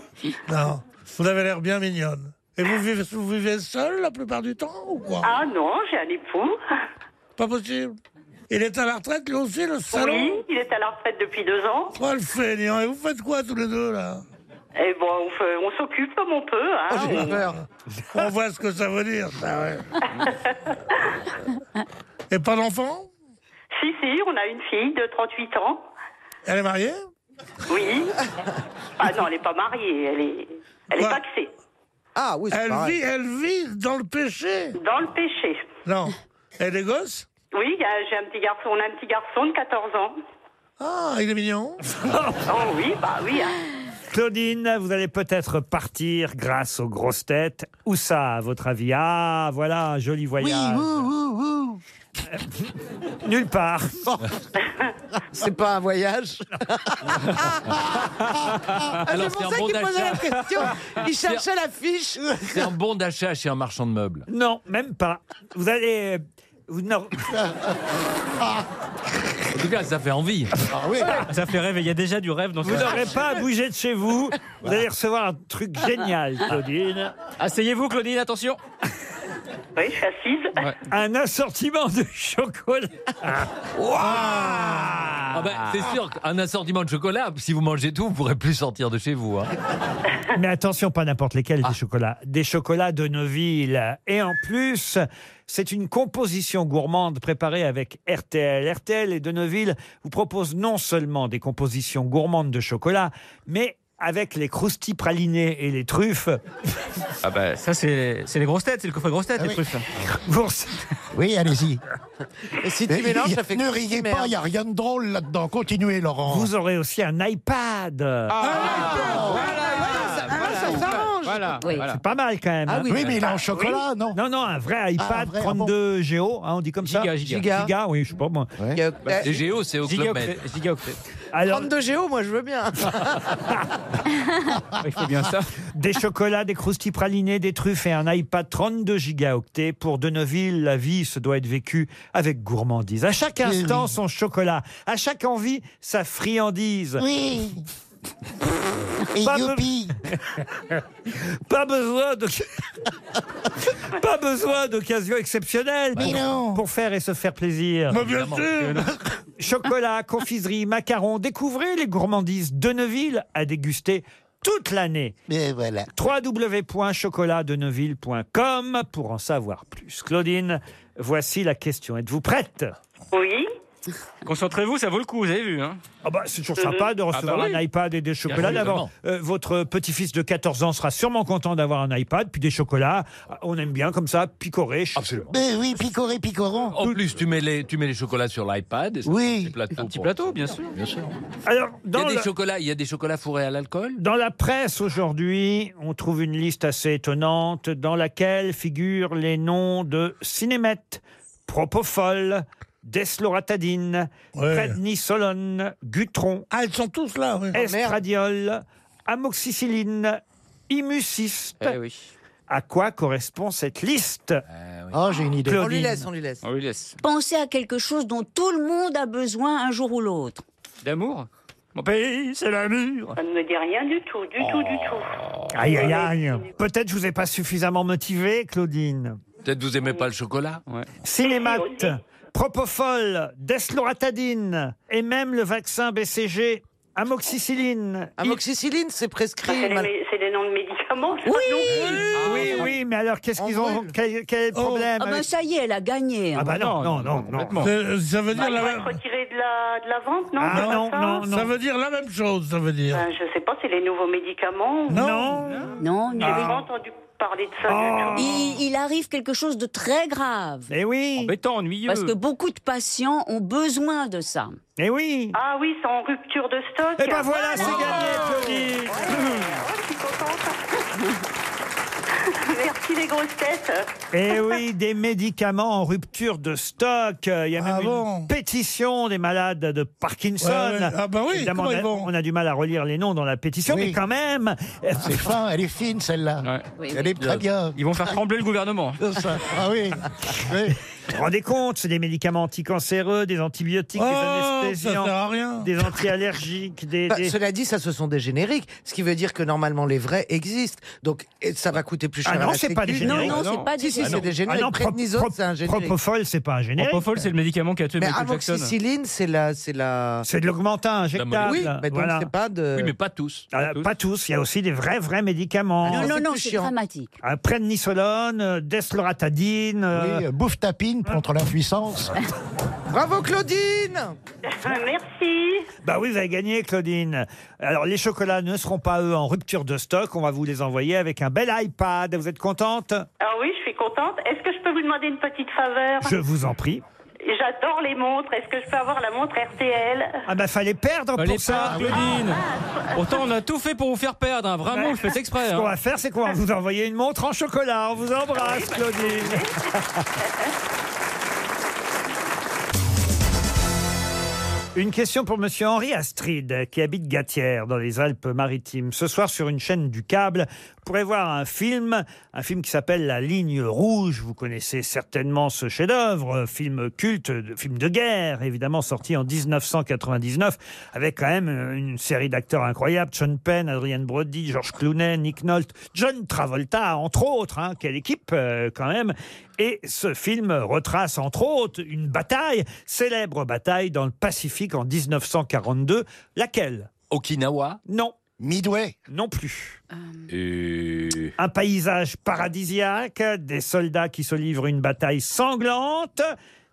Non, vous avez l'air bien mignonne. Et vous vivez, vous vivez seul la plupart du temps ou quoi Ah non, j'ai un époux. Pas possible. Il est à la retraite, lui aussi, le salon Oui, il est à la retraite depuis deux ans. Oh, le fainéant. Et vous faites quoi, tous les deux, là Et bon, Eh ben, on, fait- on s'occupe comme on peut. Hein, on- On voit ce que ça veut dire, ça, ouais. Et pas d'enfant Si, si, on a une fille de 38 ans. Elle est mariée Oui. Ah non, elle n'est pas mariée, elle est, elle est Bah, paxée. Ah oui, elle vit, elle vit dans le péché. Dans le péché. Non. Elle est gosse Oui, il y a- j'ai un petit garçon, on a un petit garçon de 14 ans. Ah, il est mignon. Oh oui, bah oui. hein. Claudine, vous allez peut-être partir grâce aux grosses têtes. Où ça, à votre avis Ah, voilà, un joli voyage. Nulle part. C'est pas un voyage Ah, Alors, C'est c'est pour un ça bon qu'il posait la d'achat. question. Il cherchait l'affiche. C'est un bon d'achat chez un marchand de meubles. Non, même pas. Vous allez. Vous, non. En tout cas, ça fait envie. Ça fait rêver, il y a déjà du rêve dans Ah Vous n'aurez pas à bouger Ah. de chez vous. Vous allez recevoir un truc génial, Claudine. Asseyez-vous, Claudine, attention. Oui, je suis assise. Un assortiment de chocolat. Ah ben, c'est sûr qu'un assortiment de chocolat, si vous mangez tout, vous pourrez plus sortir de chez vous. hein. Mais attention, pas n'importe lesquels Ah. des chocolats. Des chocolats de Neuville. Et en plus, c'est une composition gourmande préparée avec RTL. RTL et de Neuville vous proposent non seulement des compositions gourmandes de chocolat, mais avec les croustilles pralinés et les truffes, Ah bah, ça, c'est c'est les grosses têtes, c'est le coffret grosses Ah têtes, les truffes. vous Oui, allez-y. Et si Mais tu mélanges, y- ça fait ne quoi, riez merde pas, il n'y a rien de drôle là-dedans. Continuez, Laurent. Vous aurez aussi un iPad. Ça s'arrange. Voilà, Oui. voilà. C'est pas mal quand même. Ah hein. oui. Oui, mais il est en chocolat, non Non, non, un vrai Ah, un iPad vrai, ah bon. 32 Go, hein, on dit comme Giga, ça. giga. Giga. oui, je sais pas moi. Bah, Les Géo, c'est au Club Med. Gigaoctet. Gigaoctet. Alors, 32 Géo, moi je veux bien. Il faut bien ça. des chocolats, des croustilles pralinés, des truffes et un iPad 32 gigaoctets. Pour de Neuville, la vie se doit être vécue avec gourmandise. À chaque instant, son chocolat. À chaque envie, sa friandise. Oui. Et Pas youpi Pas besoin de... pas besoin d'occasion exceptionnelle Mais non. pour, pour faire et se faire plaisir. Mais Bah, bien Évidemment. sûr Chocolat, confiserie, macarons, découvrez les gourmandises de Neuville à déguster toute l'année. Mais voilà. www.chocolatdeneuville.com pour en savoir plus. Claudine, voici la question. Êtes-vous prête Oui. Concentrez-vous, ça vaut le coup, vous avez vu. Hein. Ah bah, c'est toujours sympa de recevoir bah oui. un iPad et des chocolats. Bien D'abord, euh, votre petit-fils de 14 ans sera sûrement content d'avoir un iPad, puis des chocolats. Ah, On aime bien comme ça, picorer. Absolument. Mais oui, picoré, picorant. En plus, tu mets les, tu mets les chocolats sur l'iPad. et ça fait un petit plateau. Un petit plateau, bien sûr. Bien sûr. Alors, il, y dans a des le- chocolats, il y a des chocolats fourrés à l'alcool Dans la presse aujourd'hui, on trouve une liste assez étonnante dans laquelle figurent les noms de Cinémette, Propofol, Desloratadine, Prednisolone, Gutron. Ah, ils sont tous là, Oh, oui. Estradiol, Amoxicilline, Imuciste. Eh À quoi correspond cette liste Oh, j'ai une idée. Eh On lui laisse, on lui laisse. On lui laisse. Pensez à quelque chose dont tout le monde a besoin un jour ou l'autre. D'amour Mon pays, c'est l'amour. Ça ne me dit rien du tout, du Oh. tout, du tout. Aïe, aïe, aïe. Peut-être je vous ai pas suffisamment motivé, Claudine. Peut-être vous aimez pas le chocolat Cinémate, Propofol, Desloratadine et même le vaccin BCG, Amoxicilline. Amoxicilline, c'est prescrit. Ah, C'est des, c'est des noms de médicaments. ça, Oui non Oui, oui, mais alors qu'est-ce qu'ils ont Quel, quel est le problème Ah ben avec- ça y est, elle a gagné. hein. Ah bah non, non, non, non. C'est- Ça veut Bah, dire ils la vont même... être retirés de la, de la vente, non Ah, c'est non, pas ça non, non. Ça veut dire la même chose, ça veut dire. Ben, je sais pas, c'est les nouveaux médicaments Ah. ou- Non. Non, non. J'ai pas entendu parler de ça du tout. Il, il arrive quelque chose de très grave. Eh oui. Embêtant, ennuyeux. Parce que beaucoup de patients ont besoin de ça. Eh oui. Ah oui, c'est en rupture de stock. Ah Eh ben voilà, c'est gagné, Claudine. Merci les grosses têtes. Eh oui, des médicaments en rupture de stock. Euh, Il y a même une pétition des malades de Parkinson. Ouais, ouais. Ah bah oui, Évidemment, comment on, a, ils vont on a du mal à relire les noms dans la pétition, Oui. mais quand même. C'est fin, elle est fine celle-là. Elle est très bien. Ils vont faire trembler le gouvernement. Ça. Ah oui. Vous vous rendez compte, c'est des médicaments anticancéreux, des antibiotiques, des Oh, anesthésiants, ça sert à rien. des anti-allergiques, des, Bah, des- Cela dit, ça, ce sont des génériques, ce qui veut dire que normalement les vrais existent. Donc et ça va coûter plus cher. Ah à non, la c'est pas des sécu. Ah génériques. Non, non, c'est pas des Si, si, génériques. c'est des génériques. Ah non, Prednisone, prop- c'est un générique. Propofol, c'est pas un générique. Propofol, c'est le médicament qui a tué Mais Michael Jackson. amoxicilline, c'est la, c'est la. C'est de l'augmentin injectable. Oui, mais donc Voilà. c'est pas de. Oui, mais pas tous. Ah, pas tous, il y a aussi des vrais, vrais médicaments. Non, non, non, Ah, plus c'est chiant. dramatique. Euh, Prednisolone, euh, Desloratadine. euh, Oui, euh, bouffe tapine contre l'impuissance. Bravo Claudine. Merci. Bah oui, vous avez gagné, Claudine. Alors, les chocolats ne seront pas, eux, en rupture de stock. On va vous les envoyer avec un bel iPad. Vous êtes contente Ah oui, je suis contente. Est-ce que je peux vous demander une petite faveur Je vous en prie. J'adore les montres. Est-ce que je peux avoir la montre RTL Ah bah, fallait perdre Allez, pour ça. Ah, pas, Claudine Ah. Pourtant, on a tout fait pour vous faire perdre, hein. vraiment, je fais exprès. Bah, Ce hein. qu'on va faire, c'est qu'on va vous envoyer une montre en chocolat. On vous embrasse, Claudine. Une question pour Monsieur Henri Astrid, qui habite Gatière, dans les Alpes-Maritimes. Ce soir, sur une chaîne du câble, vous pourrez voir un film, un film qui s'appelle La Ligne Rouge. Vous connaissez certainement ce chef-d'œuvre, euh, film culte, de- film de guerre, évidemment sorti en 1999, avec quand même euh, une série d'acteurs incroyables Sean Penn, Adrian Brody, George Clooney, Nick Nolte, John Travolta, entre autres. hein. quelle équipe, euh, quand même. Et ce film retrace entre autres une bataille, célèbre bataille dans le Pacifique en 1942. Laquelle Okinawa Non, Midway. non plus. et... Un paysage paradisiaque, des soldats qui se livrent une bataille sanglante,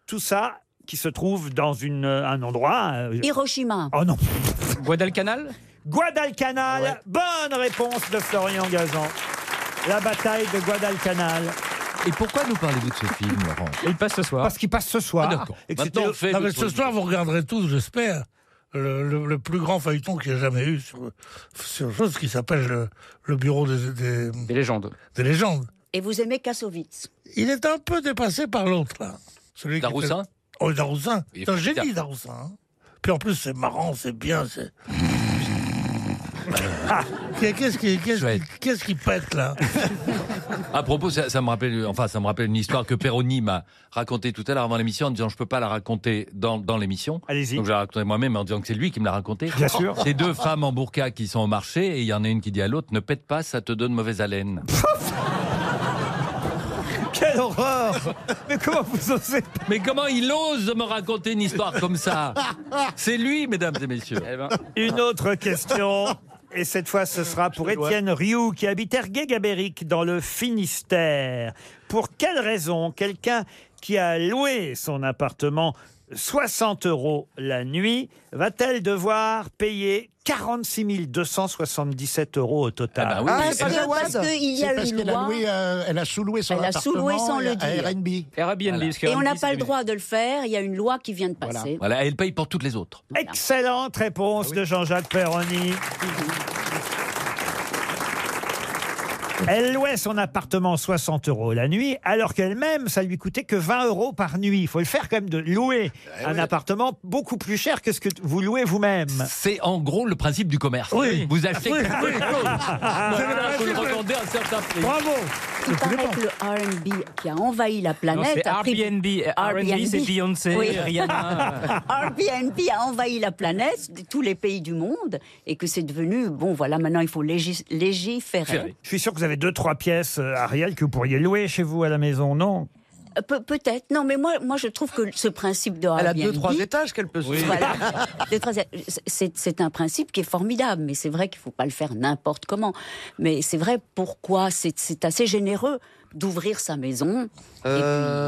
tout ça qui se trouve dans une, euh, un endroit. euh, Hiroshima. oh non Guadalcanal Guadalcanal Bonne réponse de Florian Gazan. La bataille de Guadalcanal. Et pourquoi nous parlez-vous de ce film, Laurent Il passe ce soir. Parce qu'il passe ce soir. Ah, d'accord. Et que Maintenant, c'était- on fait Ah, le mais ce tour du- soir, vous regarderez tous, j'espère, le, le- le plus grand feuilleton qu'il y a jamais eu sur, sur chose qui s'appelle le, le bureau des, des- Des légendes. des légendes. Et vous aimez Kassovitz. Il est un peu dépassé par l'autre, là. Celui qui Daroussin fait- Oh, Daroussin. Il est C'est un génie, formidable. Daroussin. hein. Puis en plus, c'est marrant, c'est bien, c'est... Ah, Qu'est-ce qui, qu'est-ce qui- qu'est-ce qui pète, là À propos, ça, ça me rappelle, enfin, ça me rappelle une histoire que Perroni m'a racontée tout à l'heure avant l'émission en disant je peux pas la raconter dans, dans l'émission. Allez-y. Donc je la racontais moi-même en disant que c'est lui qui me l'a racontée. Bien sûr. Ces deux femmes en burqa qui sont au marché et il y en a une qui dit à l'autre ne pète pas, ça te donne mauvaise haleine. Quelle horreur Mais comment vous osez Mais comment il ose me raconter une histoire comme ça C'est lui, mesdames et messieurs. Une autre question. Et cette fois, ce sera pour Étienne Rioux, qui habite Ergué-Gabéric, dans le Finistère. Pour quelle raison quelqu'un qui a loué son appartement 60 euros la nuit, va-t-elle devoir payer 46 277 euros au total Ah, c'est parce qu'il y a une loi. elle a sous-loué son Elle a appartement sous-loué sans le à- à dire. Airbnb. Airbnb, parce que Et on n'a Airbnb, pas c'est le droit de le faire, il y a une loi qui vient de passer. Voilà, elle paye pour toutes les autres. Excellente réponse de Jean-Jacques Perroni. Elle louait son appartement 60 euros la nuit, alors qu'elle-même, ça lui coûtait que 20 euros par nuit. Il faut le faire quand même de louer un appartement beaucoup plus cher que ce que vous louez vous-même. C'est en gros le principe du commerce. Oui. Vous achetez Oui, quelque oui. chose. Voilà, vous le revendez à un certain prix. Bravo Il paraît que le R&B qui a envahi la planète c'est a pris... Airbnb. R&B, c'est Beyoncé, Rihanna. Airbnb a envahi la planète, de tous les pays du monde, et que c'est devenu, bon voilà, maintenant il faut légis- légiférer. Je suis sûr que vous avez deux, trois pièces, euh, Ariel, que vous pourriez louer chez vous à la maison, non Euh, Pe Peut-être. Non, mais moi, moi, je trouve que ce principe de Ah, Elle a Airbnb- deux, trois étages qu'elle peut se Voilà. Deux, trois étages. C'est c'est un principe qui est formidable, mais c'est vrai qu'il ne faut pas le faire n'importe comment. Mais c'est vrai pourquoi c'est c'est assez généreux d'ouvrir sa maison.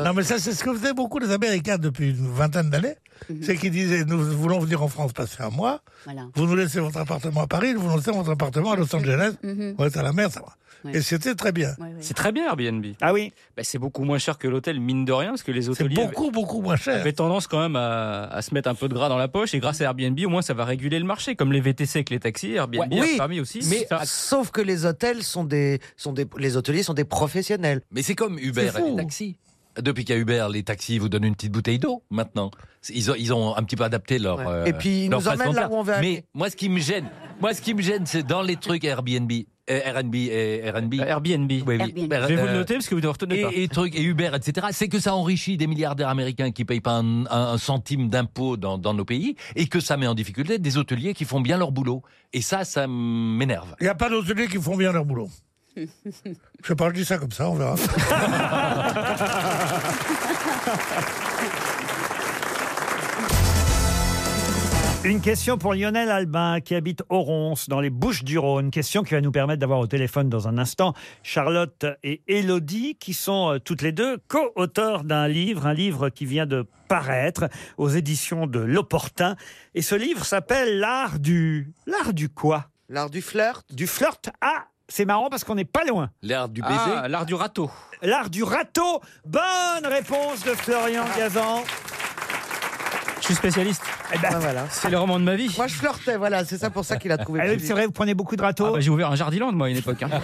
Non, mais ça, c'est ce que faisaient beaucoup les Américains depuis une vingtaine d'années. C'est qu'ils disaient Nous voulons venir en France passer un mois. Mhm. Voilà. Vous nous laissez votre appartement à Paris, nous vous laissez votre appartement à Los Angeles. Mhm. On est à la mer, ça va. Et c'était très bien. C'est très bien Airbnb. Bah, Ah oui C'est beaucoup moins cher que l'hôtel, mine de rien, parce que les hôteliers. beaucoup, beaucoup moins cher. avaient tendance quand même à, à se mettre un peu de gras dans la poche, et grâce à Airbnb, au moins ça va réguler le marché, comme les VTC avec les taxis, Airbnb Ouais, a oui, permis aussi. Mais Ça- sauf que les hôtels sont des, sont des, les hôteliers sont des professionnels. Mais c'est comme Uber et les taxis. Depuis qu'il y a Uber, les taxis vous donnent une petite bouteille d'eau maintenant. Ils ont, ils ont un petit peu adapté leur. euh, Et puis, ils leur nous façon emmènent de là faire. où on veut Mais aller. moi, ce qui me gêne, moi, ce qui me gêne, c'est dans les trucs Airbnb. euh, Airbnb, euh, Airbnb. Airbnb. Airbnb. Euh, Je vais vous le noter, parce que vous ne retenez euh, et, pas. Et, trucs, et Uber, etc. C'est que ça enrichit des milliardaires américains qui payent pas un, un- un centime d'impôt dans, dans nos pays et que ça met en difficulté des hôteliers qui font bien leur boulot. Et ça, ça m'énerve. Il n'y a pas d'hôteliers qui font bien leur boulot. Je sais pas, je dis ça comme ça, on verra. Une question pour Lionel Albin qui habite Orons dans les Bouches du Rhône. Question qui va nous permettre d'avoir au téléphone dans un instant Charlotte et Élodie qui sont euh, toutes les deux co-auteurs d'un livre, un livre qui vient de paraître aux éditions de L'Opportun. Et ce livre s'appelle L'art du... L'art du quoi L'art du flirt. Du flirt. Ah, c'est marrant parce qu'on n'est pas loin. L'art du Ah, l'art du râteau. L'art du râteau. Bonne réponse de Florian Ah. Gazan. Je suis spécialiste. Eh ben, C'est le roman de ma vie. Moi, je flirtais, voilà, c'est ça pour ça qu'il a trouvé. Ah plus oui, vite. c'est vrai, vous prenez beaucoup de râteaux. Ah bah, J'ai ouvert un jardiland, moi, à une époque. hein.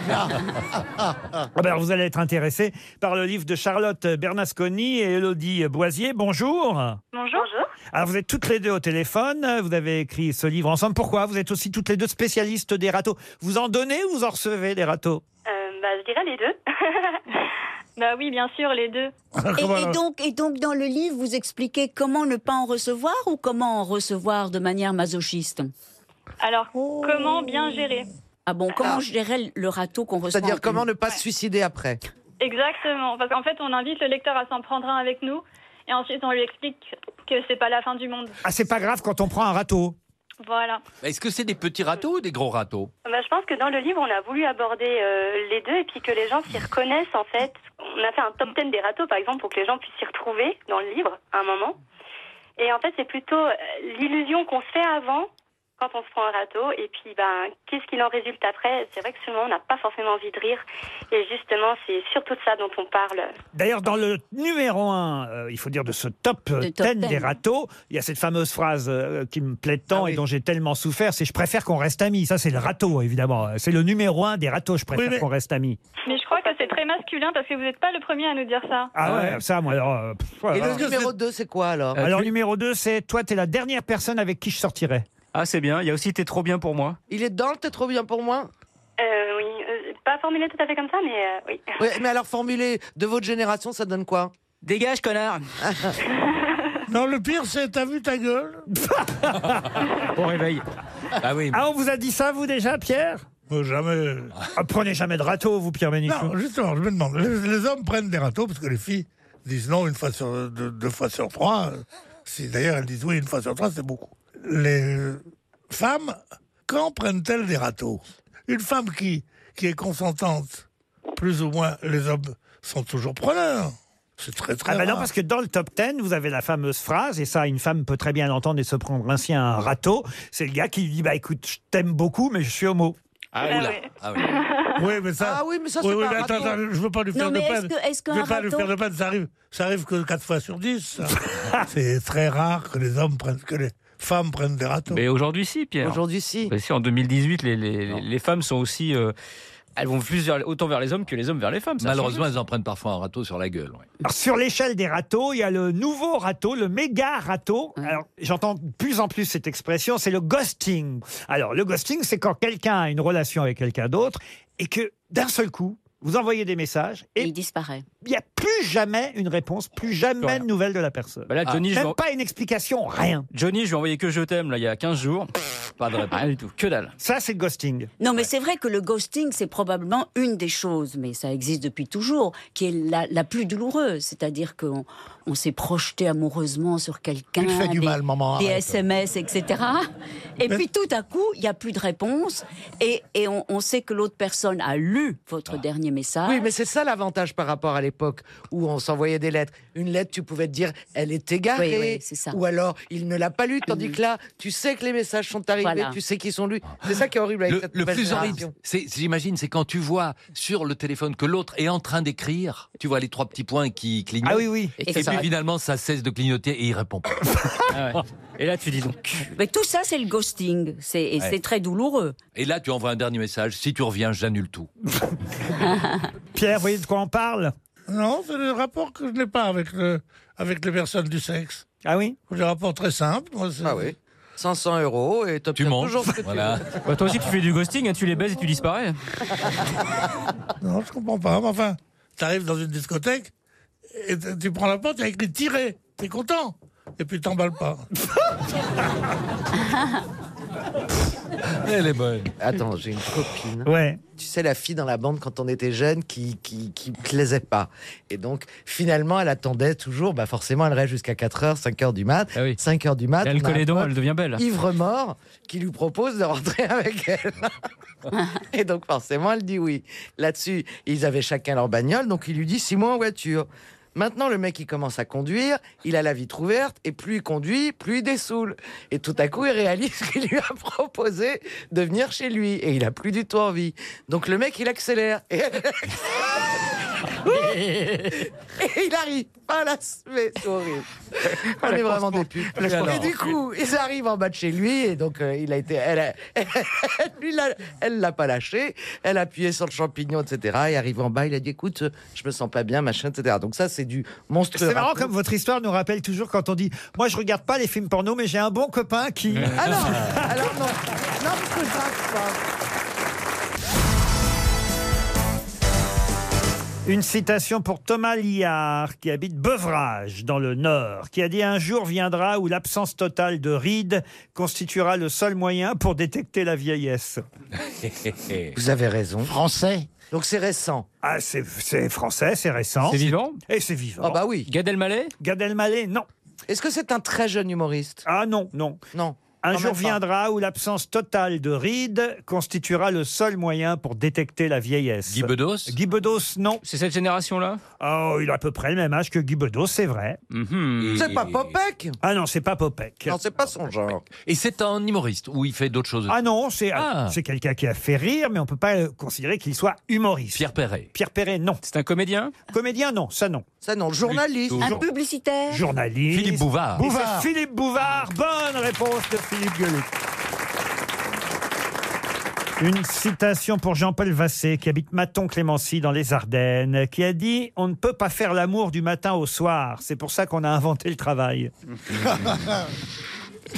Ah ben, alors, vous allez être intéressé par le livre de Charlotte Bernasconi et Elodie Boisier. Bonjour. Bonjour. Alors vous êtes toutes les deux au téléphone. Vous avez écrit ce livre ensemble. Pourquoi Vous êtes aussi toutes les deux spécialistes des râteaux. Vous en donnez ou vous en recevez des râteaux Euh, bah, je dirais les deux. bah oui, bien sûr, les deux. Ah, Ah, Et, et donc, et donc, dans le livre, vous expliquez comment ne pas en recevoir ou comment en recevoir de manière masochiste Alors, Oh. comment bien gérer Ah bon, comment gérer le râteau qu'on reçoit C'est-à-dire comment ne pas se suicider après Exactement, parce qu'en fait, on invite le lecteur à s'en prendre un avec nous, et ensuite on lui explique que c'est pas la fin du monde. Ah c'est pas grave quand on prend un râteau. Voilà. Est-ce que c'est des petits râteaux ou des gros râteaux Bah, je pense que dans le livre, on a voulu aborder euh, les deux et puis que les gens s'y reconnaissent en fait. On a fait un top 10 des râteaux par exemple pour que les gens puissent s'y retrouver dans le livre à un moment. Et en fait, c'est plutôt euh, l'illusion qu'on se fait avant quand on se prend un râteau et puis ben qu'est-ce qu'il en résulte après. C'est vrai que souvent on n'a pas forcément envie de rire et justement c'est surtout de ça dont on parle. D'ailleurs, dans le numéro 1, il faut dire de ce top, euh, Le top 10 des 10. râteaux, il y a cette fameuse phrase euh, qui me plaît tant et dont j'ai tellement souffert, c'est « je préfère qu'on reste amis ». Ça, c'est le râteau, évidemment. C'est le numéro 1 des râteaux, « je préfère Oui, mais- qu'on reste amis Mais je crois que c'est très masculin parce que vous n'êtes pas le premier à nous dire ça. ». Ah ouais, ça, moi, alors... euh, pff, Et alors- le numéro 2, c'est quoi alors Alors, numéro 2, c'est « toi, t'es la dernière personne avec qui je sortirais Ah, c'est bien. Il y a aussi T'es trop bien pour moi. Il est dedans, le t'es trop bien pour moi Euh, oui, euh, pas formulé tout à fait comme ça, mais euh, oui. Ouais, Mais alors, formulé de votre génération, ça donne quoi Dégage, connard non, le pire, c'est T'as vu ta gueule Au réveil. Ah oui. Ah, on vous a dit ça, vous, déjà, Pierre Jamais. prenez jamais de râteau, vous, Pierre Bénichou. Non, justement, je me demande. Les, les hommes prennent des râteaux parce que les filles disent non une fois sur deux, deux fois sur trois. Si d'ailleurs elles disent oui une fois sur trois, c'est beaucoup. Les femmes, quand prennent-elles des râteaux Une femme qui qui est consentante, plus ou moins, les hommes sont toujours preneurs. C'est très très Ah ben non, rare. parce que dans le top 10, vous avez la fameuse phrase, et ça, une femme peut très bien l'entendre et se prendre ainsi un râteau. C'est le gars qui lui dit, bah écoute, je t'aime beaucoup, mais je suis homo. Ah, oui oula. là. Oui, mais ça. Ah oui, mais ça, c'est oui, pas mais un attends, râteau. attends, je veux pas lui Non, faire de mais est-ce peine. que- est-ce je qu'un veux pas lui râteau- faire de peine, ça arrive, ça arrive que 4 fois sur 10. ça. c'est très rare que les hommes prennent, que les femmes prennent des râteaux. Mais aujourd'hui, si, Pierre. Aujourd'hui, si. Bah, si, en 2018, les, les, les femmes sont aussi. euh, elles vont plus vers- autant vers les hommes que les hommes vers les femmes. ça a Malheureusement, changé. elles en prennent parfois un râteau sur la gueule. ouais. Alors, sur l'échelle des râteaux, il y a le nouveau râteau, le méga râteau. Alors, j'entends de plus en plus cette expression, c'est le ghosting. Alors, le ghosting, c'est quand quelqu'un a une relation avec quelqu'un d'autre et que d'un seul coup, vous envoyez des messages et il disparaît. Il n'y a plus jamais une réponse, plus jamais de nouvelles de la personne. Bah Ah. là, Johnny, je Même vois- pas une explication, rien. Johnny, je lui ai envoyé que je t'aime, là, il y a 15 jours. Pas de réponse. Rien du tout, que dalle. Ça, c'est le ghosting. Non, mais c'est vrai que le ghosting, c'est probablement une des choses, mais ça existe depuis toujours, qui est la, la plus douloureuse. C'est-à-dire qu'on on s'est projeté amoureusement sur quelqu'un, Tu te fais du des, mal, maman, des arrête. SMS, etc. Et puis tout à coup, il n'y a plus de réponse, et, et on, on sait que l'autre personne a lu votre dernier message. Ah. Oui, mais c'est ça l'avantage par rapport à l'époque où on s'envoyait des lettres. Une lettre, tu pouvais te dire, elle est égarée, Oui, oui, c'est ça. Mm. ou alors il ne l'a pas lue, tandis que là, tu sais que les messages sont arrivés, Voilà. tu sais qu'ils sont lus. C'est ça qui est horrible avec Le, cette le nouvelle plus horrible, génération. c'est- j'imagine, c'est quand tu vois sur le téléphone que l'autre est en train d'écrire. Tu vois les trois petits points qui clignotent. Ah oui, oui. Et, Et ça puis s'arrête. finalement, ça cesse de clignoter et il répond pas. Et là, tu dis donc. Mais tout ça, c'est le ghosting, c'est, et Ouais. c'est très douloureux. Et là, tu envoies un dernier message. Si tu reviens, j'annule tout. Pierre, vous voyez de quoi on parle Non, c'est le rapport que je n'ai pas avec, le, avec les personnes du sexe. Ah oui J'ai un rapport très simple. Ah oui. 500 euros et t'obtiens manges, toujours ce que voilà. tu veux. Bah, toi aussi, tu fais du ghosting, hein, tu les baises et tu disparais. Non, je comprends pas. Mais enfin, t'arrives dans une discothèque, et t- tu prends la porte, il y a écrit tirer. T'es content. Et puis t'emballes pas. Elle est bonne. Attends, j'ai une copine. Ouais. Tu sais, la fille dans la bande quand on était jeune qui, qui, qui plaisait pas. Et donc, finalement, elle attendait toujours. Bah, forcément, elle reste jusqu'à 4h, 5h du mat. 5h du mat. Ah Elle on a colle un les dents, pote elle devient belle. Ivre mort qui lui propose de rentrer avec elle. Et donc, forcément, elle dit oui. Là-dessus, ils avaient chacun leur bagnole. Donc, il lui dit six mois en voiture. Maintenant, le mec, il commence à conduire, il a la vitre ouverte, et plus il conduit, plus il dessoule. Et tout à coup, il réalise qu'il lui a proposé de venir chez lui, et il a plus du tout envie. Donc le mec, il accélère. Et, et il arrive pas à la semer, c'est horrible. Ah, On est vraiment des putes. La Et conspire- du coup, ils arrivent en bas de chez lui, et donc euh, il a été. Elle, a- lui, il a- elle l'a pas lâché, elle a appuyé sur le champignon, etc. Et arrive en bas, il a dit écoute, euh, je me sens pas bien, machin, etc. Donc ça, c'est du monstrueux. C'est marrant comme votre histoire nous rappelle toujours quand on dit Moi, je regarde pas les films porno, mais j'ai un bon copain qui. Ah non Alors non, non, parce que je drague pas. Une citation pour Thomas Liard, qui habite Beuvrages, dans le Nord, qui a dit Un jour viendra où l'absence totale de rides constituera le seul moyen pour détecter la vieillesse. Vous avez raison. Français. Donc c'est récent. Ah, c'est c'est français, c'est récent. C'est vivant Et c'est vivant. Ah bah oui. Gad Elmaleh Gad Elmaleh, non. Est-ce que c'est un très jeune humoriste Ah non, non. Non. Un Quand jour même pas. viendra où l'absence totale de rides constituera le seul moyen pour détecter la vieillesse. Guy Bedos Guy Bedos, non. C'est cette génération-là Oh, il a à peu près le même âge que Guy Bedos, c'est vrai. Mhm. C'est pas Popek Ah non, c'est pas Popek. Non, c'est pas son genre. Et c'est un humoriste où il fait d'autres choses. Ah non, c'est Ah. c'est quelqu'un qui a fait rire, mais on peut pas euh, considérer qu'il soit humoriste. Pierre Perret. Pierre Perret, non. C'est un comédien Comédien, non, ça non. Ça non, journaliste. Plutôt. Un publicitaire Journaliste. Philippe Bouvard. Et c'est Philippe Bouvard. Bonne réponse de Philippe Gueluc. Une citation pour Jean-Paul Vassé, qui habite Maton-Clémency dans les Ardennes, qui a dit On ne peut pas faire l'amour du matin au soir. C'est pour ça qu'on a inventé le travail.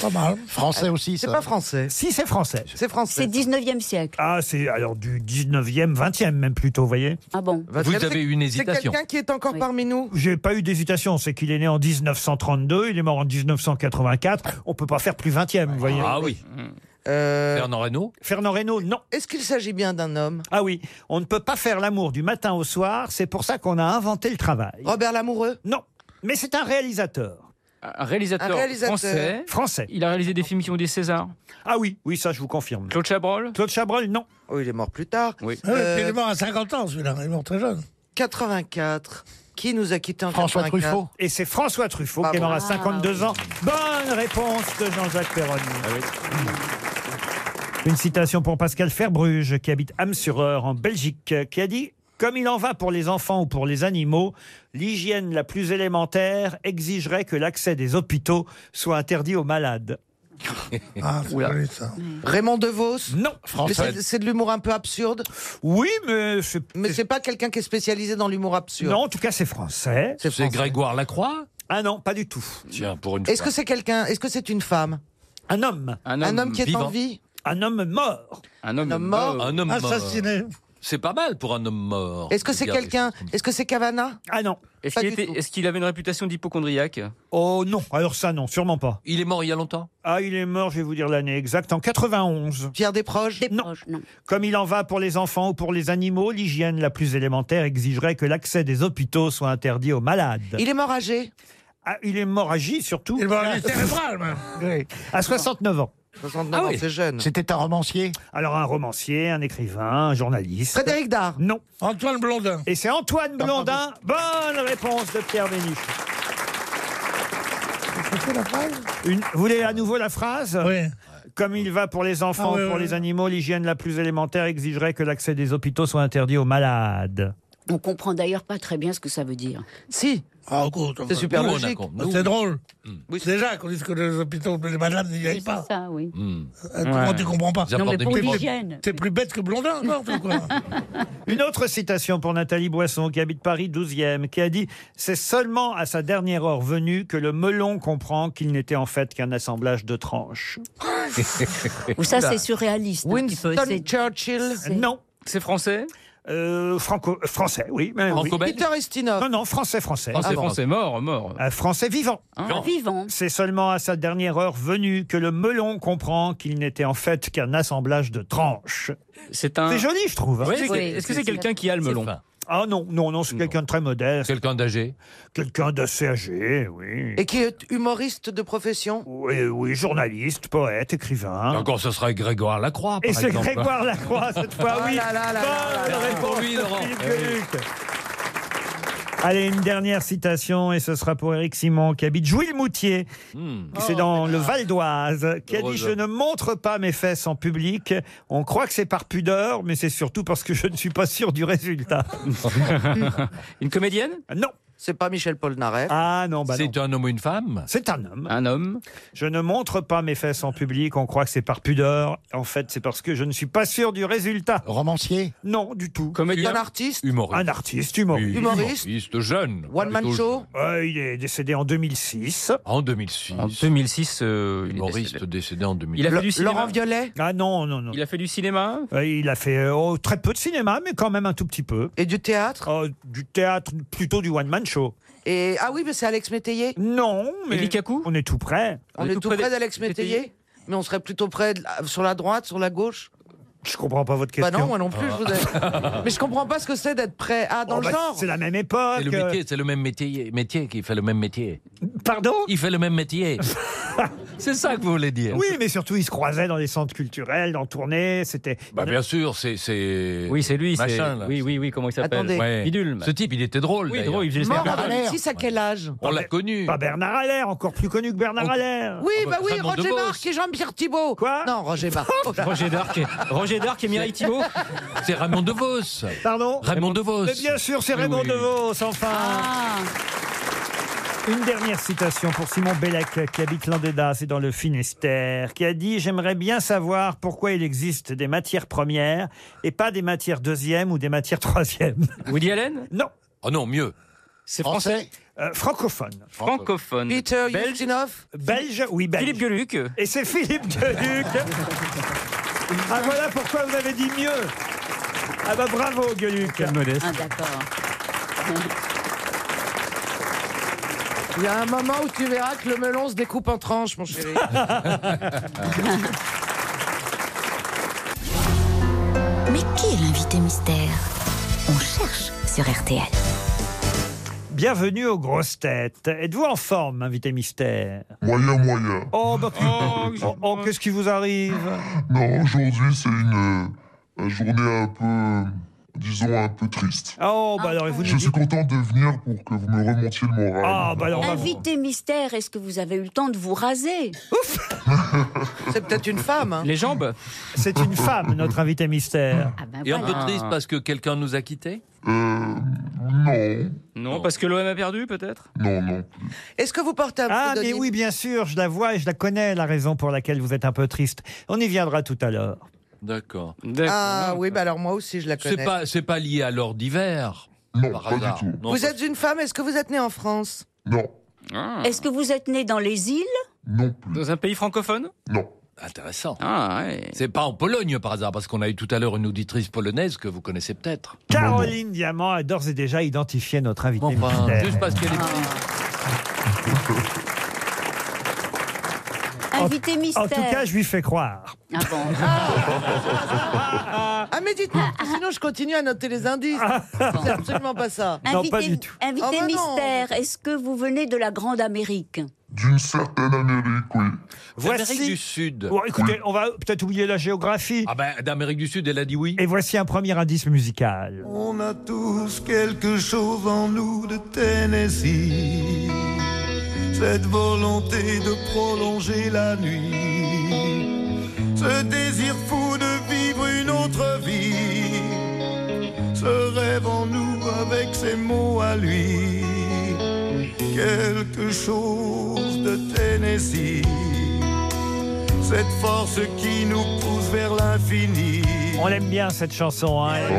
Pas mal. Français aussi, Euh, C'est ça. pas français. Si, c'est français. C'est C'est français. 19e siècle. Ah, c'est alors du 19e, 20e même plutôt, vous voyez Ah bon Votre- Vous c'est- avez eu une C'est hésitation. quelqu'un qui est encore parmi nous. J'ai pas eu d'hésitation, c'est qu'il est né en 1932, il est mort en 1984, on peut pas faire plus 20e, vous voyez. Ah oui. Euh, Fernand Reynaud. Fernand Reynaud, non. Est-ce qu'il s'agit bien d'un homme Ah oui, on ne peut pas faire l'amour du matin au soir, c'est pour ça qu'on a inventé le travail. Robert Lamoureux Non, mais c'est un réalisateur Un réalisateur, Un réalisateur. français. français. Il a réalisé des films qui ont des Césars. Ah oui, oui, ça je vous confirme. Claude Chabrol Claude Chabrol, non. Oh, il est mort plus tard. Oui. Ah Ouais, Euh, puis il est mort à 50 ans, celui-là. Il est mort très jeune. 84. Qui nous a quittés en François 84? Truffaut. Et c'est François Truffaut Ah qui est mort bon. à 52 ans. Bonne réponse de Jean-Jacques Perroni. Une citation pour Pascal Ferbruge, qui habite Am-sur-Eure, en Belgique, qui a dit « Comme il en va pour les enfants ou pour les animaux, l'hygiène la plus élémentaire exigerait que l'accès des hôpitaux soit interdit aux malades. » Ah, c'est Oula. joli, ça. Raymond DeVos Non. Mais c'est- C'est de l'humour un peu absurde Oui, mais c'est... Mais c'est pas quelqu'un qui est spécialisé dans l'humour absurde Non, en tout cas, c'est français. C'est Grégoire Lacroix Ah non, pas du tout. Tiens, pour une Est-ce que c'est quelqu'un Est-ce que c'est une femme Un homme. Un Un homme homme qui est vivant. en vie Un homme mort. Un homme, mort. Un homme mort. Assassiné. C'est pas mal pour un homme mort. Est-ce que c'est Regardez. quelqu'un Est-ce que c'est Cavana Ah non. Pas Est-ce qu'il du était- tout. est-ce qu'il avait une réputation d'hypochondriaque Oh non, alors ça non, sûrement pas. Il est mort il y a longtemps Ah, il est mort, je vais vous dire l'année exacte, en 91. Pierre Desproges non. Comme il en va pour les enfants ou pour les animaux, l'hygiène la plus élémentaire exigerait que l'accès des hôpitaux soit interdit aux malades. Il est mort âgé Ah, il est mort âgé surtout. Ah, Il va cérébral, même. À 69 ans. 69 ans, c'est jeune. C'était un romancier Alors un romancier, un écrivain, un journaliste. Frédéric Dard Non. Antoine Blondin. Et c'est Antoine Blondin. Bonne réponse de Pierre Bénichou. Une- Vous voulez à nouveau la phrase Oui. Comme il va pour les enfants, Ah, oui, pour oui, les animaux, l'hygiène la plus élémentaire exigerait que l'accès des hôpitaux soit interdit aux malades. On comprend d'ailleurs pas très bien ce que ça veut dire. Si. Ah, écoute, C'est enfin, super nous, on logique. a- Ah, C'est drôle. Déjà qu'on dise que les hôpitaux, les malades n'y aillent pas. Ça, oui. Hmm. Euh, Comment tu comprends pas Non, mais pour T'es- l'hygiène. T'es plus bête que Blondin, encore, ou quoi Une autre citation pour Nathalie Boisson, qui habite Paris 12e, qui a dit C'est seulement à sa dernière heure venue que le melon comprend qu'il n'était en fait qu'un assemblage de tranches. Ou ça, c'est surréaliste. un petit peu. Winston C'est- Churchill Non. C'est français Euh, franco, français, Eh oui. mais oui. Peter Estinov Non, non, français, français. Ah, c'est français, mort, mort. Un Français vivant. Ah, Vivant. Vivant. C'est seulement à sa dernière heure venue que le melon comprend qu'il n'était en fait qu'un assemblage de tranches. C'est un. C'est joli, je trouve. hein. Est-ce que c'est- Est-ce que c'est quelqu'un qui a le melon Ah non, non, non, c'est quelqu'un de très modeste. Quelqu'un d'âgé Quelqu'un d'assez âgé, oui. Et qui est humoriste de profession Oui, oui, journaliste, poète, écrivain. Encore, ce serait Grégoire Lacroix, par Et c'est exemple. Grégoire Lacroix cette fois, Oh oui. là là là Bonne là là. réponse Pour lui, de Laurent. Philippe Eh oui. Gueluc. Allez, une dernière citation, et ce sera pour Éric Simon, qui habite Jouy-le-Moutier. Hmm. C'est Oh. dans le Val d'Oise, qui a dit Heureuse. Je ne montre pas mes fesses en public. On croit que c'est par pudeur, mais c'est surtout parce que je ne suis pas sûr du résultat. Une comédienne Non. C'est pas Michel Polnareff Ah non, bah non. C'est un homme ou une femme C'est un homme. Un homme Je ne montre pas mes fesses en public. On croit que c'est par pudeur. En fait, c'est parce que je ne suis pas sûr du résultat. Romancier Non, du tout. Un Comédien artiste Humoriste. Un artiste humoriste. Oui, Humoriste. jeune. One man Plutôt show jeune. Euh, il est décédé en 2006. En 2006. En 2006, euh, il est Humoriste décédé. décédé en Il 2006. a fait Le- du cinéma. Laurent Violet Ah non, non, non. Il a fait du cinéma Euh, Il a fait euh, oh, très peu de cinéma, mais quand même un tout petit peu. Et du théâtre Oh, du théâtre, plutôt du one-man show. Et Ah oui, mais c'est Alex Métayer Non, mais Elie Kakou on est tout près. On est tout près d'Alex Métayer mais on serait plutôt près de la- Ah, sur la droite, sur la gauche Je comprends pas votre Bah question. non, moi non plus, je voudrais. Mais je comprends pas ce que c'est d'être prêt. Ah, dans Oh, le bah, genre C'est la même époque. C'est le métier, c'est le même métier, métier qui fait le même métier. Euh, Pardon Il fait le même métier. c'est ça que vous voulez dire Oui, mais surtout, ils se croisaient dans les centres culturels, dans tournées. C'était. Bah bien sûr, c'est c'est Oui, c'est lui. c'est- machin là. Oui, oui, oui, comment il s'appelle Attendez. Ouais. Bidule. Ce type, il était drôle. Oui, d'ailleurs. drôle, il faisait Mort l'escargot. en 2006, à quel âge On l'a connu. Pas Bernard Allaire, encore plus connu que Bernard Encore- Allaire. Oui, Oh, bah bah, oui, Raymond Roger Devos. Marc et Jean-Pierre Thibault. Quoi Non, Roger Marc. Oh, là. Roger Darc et, Roger Darc et Mireille Thibault. C'est Raymond DeVos. Pardon Raymond DeVos. Mais bien sûr, c'est Oui, Raymond oui. DeVos, enfin. Ah. Une dernière citation pour Simon Bellac, qui habite l'Andéda, c'est dans le Finistère, qui a dit J'aimerais bien savoir pourquoi il existe des matières premières et pas des matières deuxièmes ou des matières troisièmes. Woody Allen Non, Oh non, mieux. C'est français. Français euh, francophone. Francophone. Peter Belge. Ustinov. Belge, oui, belge. Philippe Gueluc. Et c'est Philippe Gueluc. ah voilà pourquoi vous avez dit mieux. Ah bah bravo Gueluc. Modeste. Ah, d'accord. Il y a un moment où tu verras que le melon se découpe en tranches, mon chéri. Mais qui est l'invité mystère On cherche sur RTL. Bienvenue aux grosses têtes. Êtes-vous en forme, invité mystère Moyen, moyen. Oh, bah, oh, oh, qu'est-ce qui vous arrive Non, aujourd'hui, c'est une euh, une journée un peu, disons, un peu triste. Oh, bah alors, vous Je suis content de venir pour que vous me remontiez le moral. Ah, bah, Invité mystère, est-ce que vous avez eu le temps de vous raser Ah, C'est peut-être une femme. hein. Les jambes C'est une femme, notre invité mystère. bah Et un peu triste Ah. parce que quelqu'un nous a quittés Mmh. Non. Non, parce que l'OM a perdu peut-être Non, non. Est-ce que vous portez un Ah, mais pseudonyme oui, bien sûr, je la vois et je la connais, la raison pour laquelle vous êtes un peu triste. On y viendra tout à l'heure. D'accord. Ah oui, bah alors moi aussi je la C'est connais. pas, c'est pas lié à l'heure d'hiver. Non, par hasard. Non, vous pas- êtes une femme, est-ce que vous êtes née en France Non. Ah. Est-ce que vous êtes né dans les îles Non Dans un pays francophone Non. Intéressant. C'est pas en Pologne par hasard, parce qu'on a eu tout à l'heure une auditrice polonaise que vous connaissez peut-être. Caroline Diamant a d'ores et déjà identifié notre invité Enfin, mystère. juste parce qu'elle est. Invité mystère. En tout cas, je lui fais croire. Ah bon Ah mais dites-moi, parce que sinon je continue à noter les indices. C'est absolument pas ça. Invité, invité Ah bah non. mystère, est-ce que vous venez de la Grande Amérique D'une certaine Amérique, oui. D'Amérique du Sud. Bon, écoutez, on va peut-être oublier la géographie. Ah ben, d'Amérique du Sud, elle a dit oui. Et voici un premier indice musical. On a tous quelque chose en nous de Tennessee, cette volonté de prolonger la nuit, ce désir fou de vivre une autre vie, ce rêve en nous avec ses mots à lui, quelque chose de Tennessee, cette force qui nous pousse vers l'infini. On l'aime bien cette chanson. hein. Oh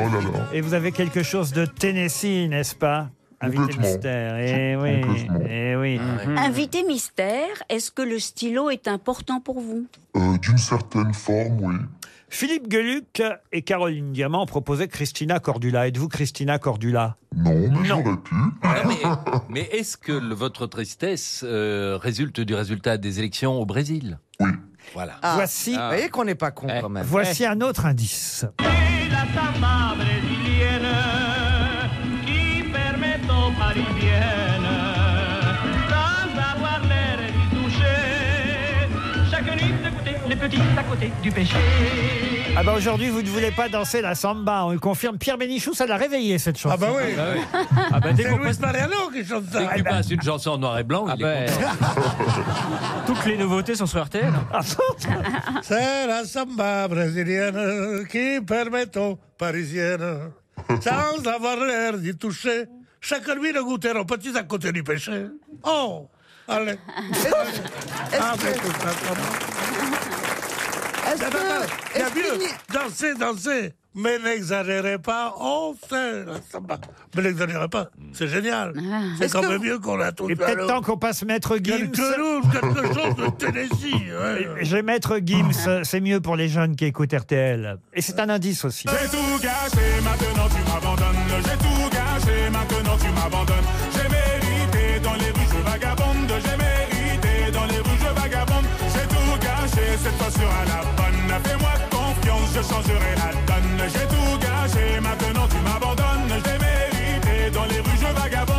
Et vous avez quelque chose de Tennessee, n'est-ce pas Invité Complètement. mystère. Eh oui. Eh oui. Ah Hmm. Invité mystère, est-ce que le stylo est important pour vous Euh, D'une certaine forme, oui. Philippe Gueluc et Caroline Diamant proposaient Christina Cordula. Êtes-vous Christina Cordula Non, mais Non. j'aurais pu. Mais est-ce que le- votre tristesse euh, résulte du résultat des élections au Brésil Oui. Voilà. Eh. Ah, Voici- Vous voyez qu'on n'est pas con quand même. Voici un autre indice. Esta madre chilena qui permetto parisienne sans avoir l'air d'y toucher chaque nuit d'écouter les petits à côté du péché. Ah bah aujourd'hui, vous ne voulez pas danser la samba. On le confirme. Pierre Bénichou, ça l'a réveillé cette chanson. Ah bah oui. Ah bah, dès C'est qu'on Luis passe- Mariano qui chante Dès ça. que tu passes une chanson en noir et blanc, il est content. Toutes les nouveautés sont sur RTL. C'est la samba brésilienne qui permet aux parisiennes, sans avoir l'air d'y toucher, chaque nuit de goûter aux petits à côté du péché. Oh, allez. Ah, mais tout ça, ça va. Est-ce Attends, attends, il y a mieux. Dansez, dansez. Mais n'exagérez pas, on sait la samba. Mais n'exagérez pas, c'est génial. C'est Ah. Est-ce quand que même vous- mieux qu'on a tout Hmm. Et peut-être temps qu'on passe Maître Gims. Quelque chose, quelque chose de Tennessee. ouais. J'ai Maître Gims, c'est mieux pour les jeunes qui écoutent RTL. Et c'est un indice aussi. J'ai tout gâché, maintenant tu m'abandonnes. J'ai tout gâché, maintenant tu m'abandonnes. J'ai mérité dans les rues, je vagabonde. J'ai mérité dans les rues, je vagabonde. J'ai tout gâché, cette fois sera la bonne. Fais-moi confiance, je changerai la donne. J'ai tout gâché, maintenant tu m'abandonnes. J'ai mérité dans les rues, je vagabonde.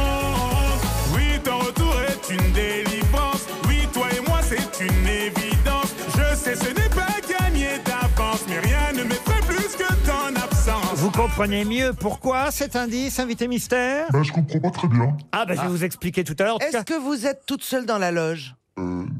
Oui, ton retour est une délivrance. Oui, toi et moi, c'est une évidence. Je sais, ce n'est pas gagné d'avance, mais rien ne m'effraie plus que ton absence. Vous comprenez mieux pourquoi cet indice, invité mystère Bah, je comprends pas très bien. Ah bah je vais vous expliquer tout à l'heure. En tout Est-ce cas, que vous êtes toute seule dans la loge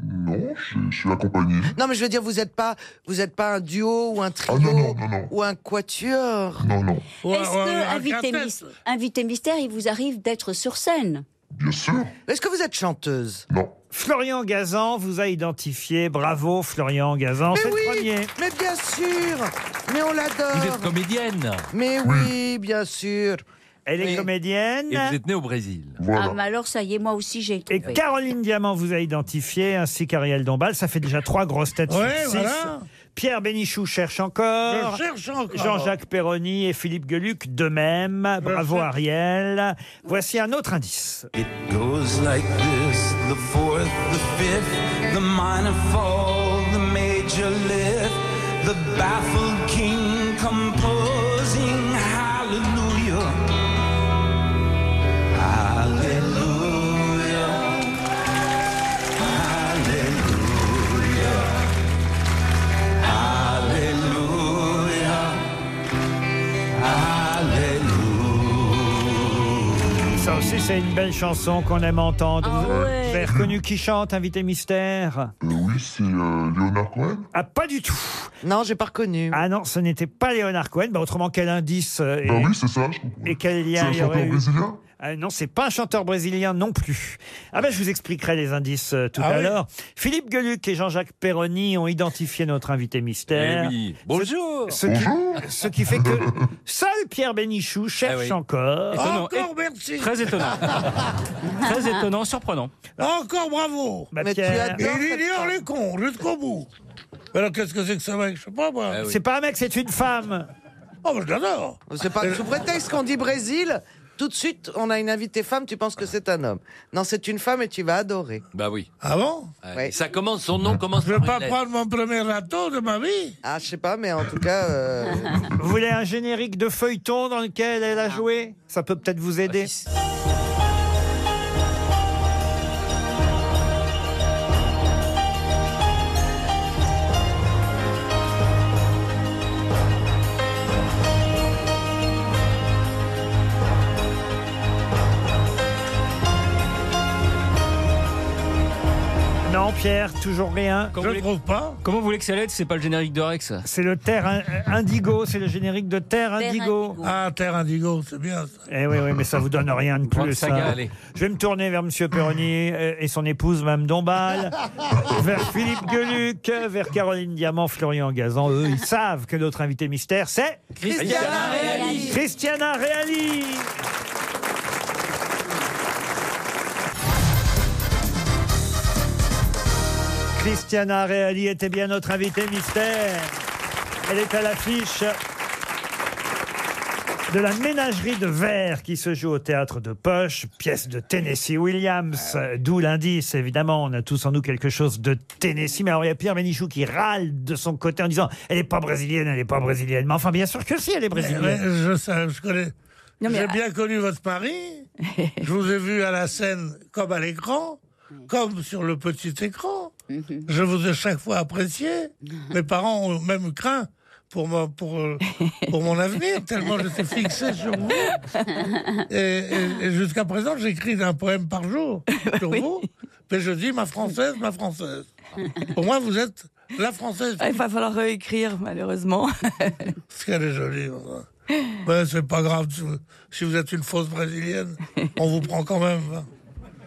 Non, je, je suis accompagné. Non, mais je veux dire, vous n'êtes pas, vous êtes pas un duo ou un trio ou un quatuor. Non, non. Est-ce que, invité, mys- invité mystère, il vous arrive d'être sur scène Bien sûr. Est-ce que vous êtes chanteuse Florian Gazan vous a identifié. Bravo Florian Gazan, Mais c'est oui, le premier. mais bien sûr, mais on Vous êtes l'adore. comédienne. Mais oui, bien sûr. Elle est comédienne. Et vous êtes née au Brésil. Ah, mais alors ça y est, moi aussi j'ai Et trouvé. Caroline Diamant vous a identifié, ainsi qu'Ariel Dombal. Ça fait déjà trois grosses têtes sur Ouais, six. voilà. Pierre Bénichou cherche encore. Je cherche encore. Jean-Jacques Perroni et Philippe Gueluc de même. Bravo cherche. Ariel. Voici un autre indice. goes like this the fourth, the fifth, the minor fall, the major lift, the baffled king composing hallelujah. Hallelujah. Hallelujah. Hallelujah. Hallelujah. aussi, c'est une belle chanson qu'on aime entendre. Ah vous, ouais. vous avez reconnu qui chante, invité mystère Oui, c'est euh, Leonard Cohen. Ah, pas du tout. Non, j'ai pas reconnu. Ah non, ce n'était pas Léonard Cohen. Bah, autrement, quel indice euh, et, Bah oui, c'est ça. je comprends. et quel C'est lien un il y aurait chanteur eu brésilien Ah non, c'est pas un chanteur brésilien non plus. Ah ben, je vous expliquerai les indices euh, tout Ah à oui. l'heure. Philippe Geluc et Jean-Jacques Perroni ont identifié notre invité mystère. Eh oui. Bonjour. Ce, ce Qui, ce qui fait que seul Pierre Bénichou cherche Eh oui. encore. Étonnant. Encore merci. Très étonnant. Très étonnant, surprenant. Ah. Encore bravo. Bah, Mais tu Pierre. adores Il cette ignore les cons jusqu'au bout. Mais alors qu'est-ce que c'est que ce mec Je sais pas moi. C'est pas un mec, c'est une femme. Oh, bah, je l'adore. C'est pas sous prétexte qu'on dit Brésil. Tout de suite, on a une invitée femme, tu penses que c'est un homme. Non, c'est une femme et tu vas adorer. Bah oui. Ah bon Ouais. Ça commence, son nom commence Je veux par pas une lettre. Prendre mon premier râteau de ma vie. Ah, je sais pas, mais en tout cas. euh, Ah. Vous voulez un générique de feuilleton dans lequel elle a joué Ça peut peut-être vous aider. Non, Pierre, toujours rien. Comment vous voulez- pas. Comment vous voulez que ça l'aide C'est pas le générique de Rex. C'est le Terre In- Indigo, c'est le générique de Terre Indigo. Ah, Terre Indigo, c'est bien ça. Eh oui, oui, mais ça vous donne rien de Grande plus. saga, hein. allez. Je vais me tourner vers Monsieur Perroni euh, et son épouse, Mme Dombal, vers Philippe Gueluc, euh, vers Caroline Diamant, Florian Gazan. Eux, ils savent que notre invité mystère, c'est Christiana Reali. Christiana Reali. Christiana Reali était bien notre invitée mystère. Elle est à l'affiche de la ménagerie de verre qui se joue au théâtre de poche, pièce de Tennessee Williams, euh, d'où l'indice, évidemment, on a tous en nous quelque chose de Tennessee, mais alors il y a Pierre Ménichou qui râle de son côté en disant « Elle n'est pas brésilienne, elle n'est pas brésilienne ». Mais enfin, bien sûr que si, elle est Mais- brésilienne. mais je, sais, je connais. J'ai bien connu votre mari. je vous ai vu à la scène comme à l'écran, comme sur le petit écran. Je vous ai chaque fois apprécié. Mes parents ont même craint pour, moi, pour, euh, pour mon avenir, tellement j'étais fixé sur vous. Et, et- et jusqu'à présent, j'écris un poème par jour sur vous. Mais je dis ma française, ma française. Pour moi, vous êtes la française. Il va falloir réécrire, malheureusement. Parce qu'elle est jolie. voilà. Ouais, c'est pas grave. si vous- Si vous êtes une fausse brésilienne, on vous prend quand même. hein.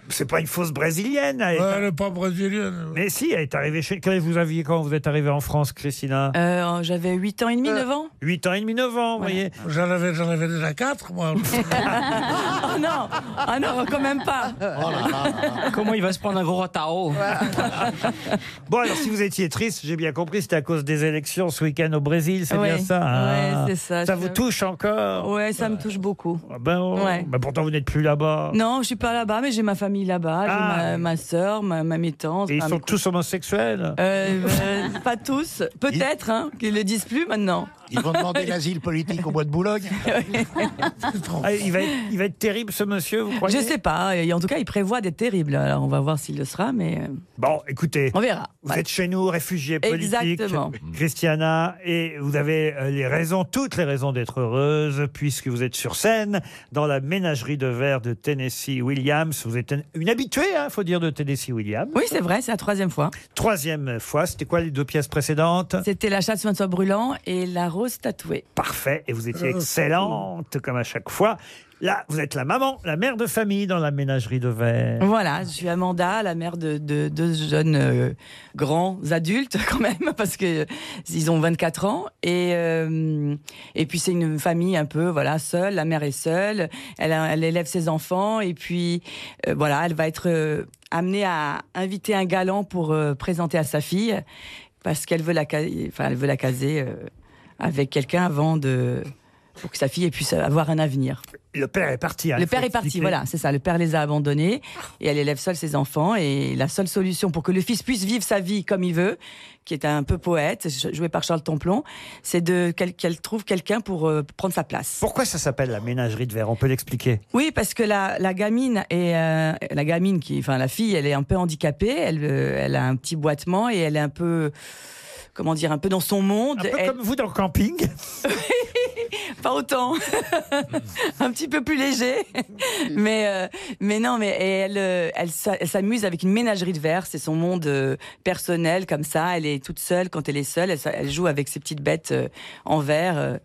C'est pas une fausse brésilienne. hein. Elle Ouais, elle est pas brésilienne. Mais si, elle est arrivée chez... Quel âge vous aviez quand vous êtes arrivée en France, Christina Euh, J'avais 8 ans et demi, 9 ans. 8 ans et demi, 9 ans, vous voyez. J'en avais, j'en avais déjà 4, moi. oh non, ah non, quand même pas. Comment il va se prendre un gros ratao Bon, alors si vous étiez triste, j'ai bien compris, c'était à cause des élections ce week-end au Brésil, c'est Ouais. bien ça hein Ouais, c'est ça. Ça je- vous touche encore Ouais, ça me touche beaucoup. Ah Ben, oh, Ouais. ben pourtant, vous n'êtes plus là-bas. Non, je suis pas là-bas, mais j'ai ma famille là-bas, Oh. Ah. j'ai ma, ma soeur, ma, ma métante. Et ils ma- sont tous homosexuels Euh, euh, pas tous, peut-être, hein, qu'ils le disent plus maintenant. Ils vont demander l'asile politique au bois de Boulogne. Ah, il, va être, il va être terrible, ce monsieur, vous croyez Je sais pas, hein, et en tout cas, il prévoit d'être terrible. Alors, on va voir s'il le sera, mais. euh, Bon, écoutez. On verra. Vous êtes chez nous, réfugiés politiques, Exactement. Christiana, et vous avez euh, les raisons, toutes les raisons d'être heureuse, puisque vous êtes sur scène, dans la ménagerie de verre de Tennessee Williams. Vous êtes un- une habituée, il faut dire, de Tennessee Williams. Oui, c'est vrai, c'est la troisième fois. Troisième fois, c'était quoi les deux pièces précédentes C'était la chasse François Brûlant et la rose tatouée. Parfait, et vous étiez excellente, comme à chaque fois. Là, vous êtes la maman, la mère de famille dans la ménagerie de verre. Voilà, je suis Amanda, la mère de de- deux jeunes euh, grands adultes quand même, parce que euh, ils ont 24 ans. Et, euh, et puis c'est une famille un peu voilà seule, la mère est seule, elle, a- elle élève ses enfants, et puis euh, voilà, elle va être euh, amenée à inviter un galant pour euh, présenter à sa fille, parce qu'elle veut, la ca- enfin, elle veut la caser euh, avec quelqu'un avant de... pour que sa fille puisse avoir un avenir. Le père est parti. hein, Le il faut père est parti, expliquer. voilà, c'est ça. Le père les a abandonnés et elle élève seule ses enfants. Et la seule solution pour que le fils puisse vivre sa vie comme il veut, qui est un peu poète, joué par Charles Templon, c'est de quel- qu'elle trouve quelqu'un pour euh, prendre sa place. Pourquoi ça s'appelle la ménagerie de verre On peut l'expliquer. Oui, parce que la, la gamine est euh, la gamine qui, enfin la fille, elle est un peu handicapée. Elle, euh, elle a un petit boitement et elle est un peu comment dire, un peu dans son monde. Un peu comme vous dans le camping. Pas autant. un petit peu plus léger. mais, euh, mais non, mais et elle, euh, elle, s'a- elle s'amuse avec une ménagerie de verre. C'est son monde euh, personnel comme ça. Elle est toute seule quand elle est seule. Elle, s'a- elle joue avec ses petites bêtes euh, en verre. euh,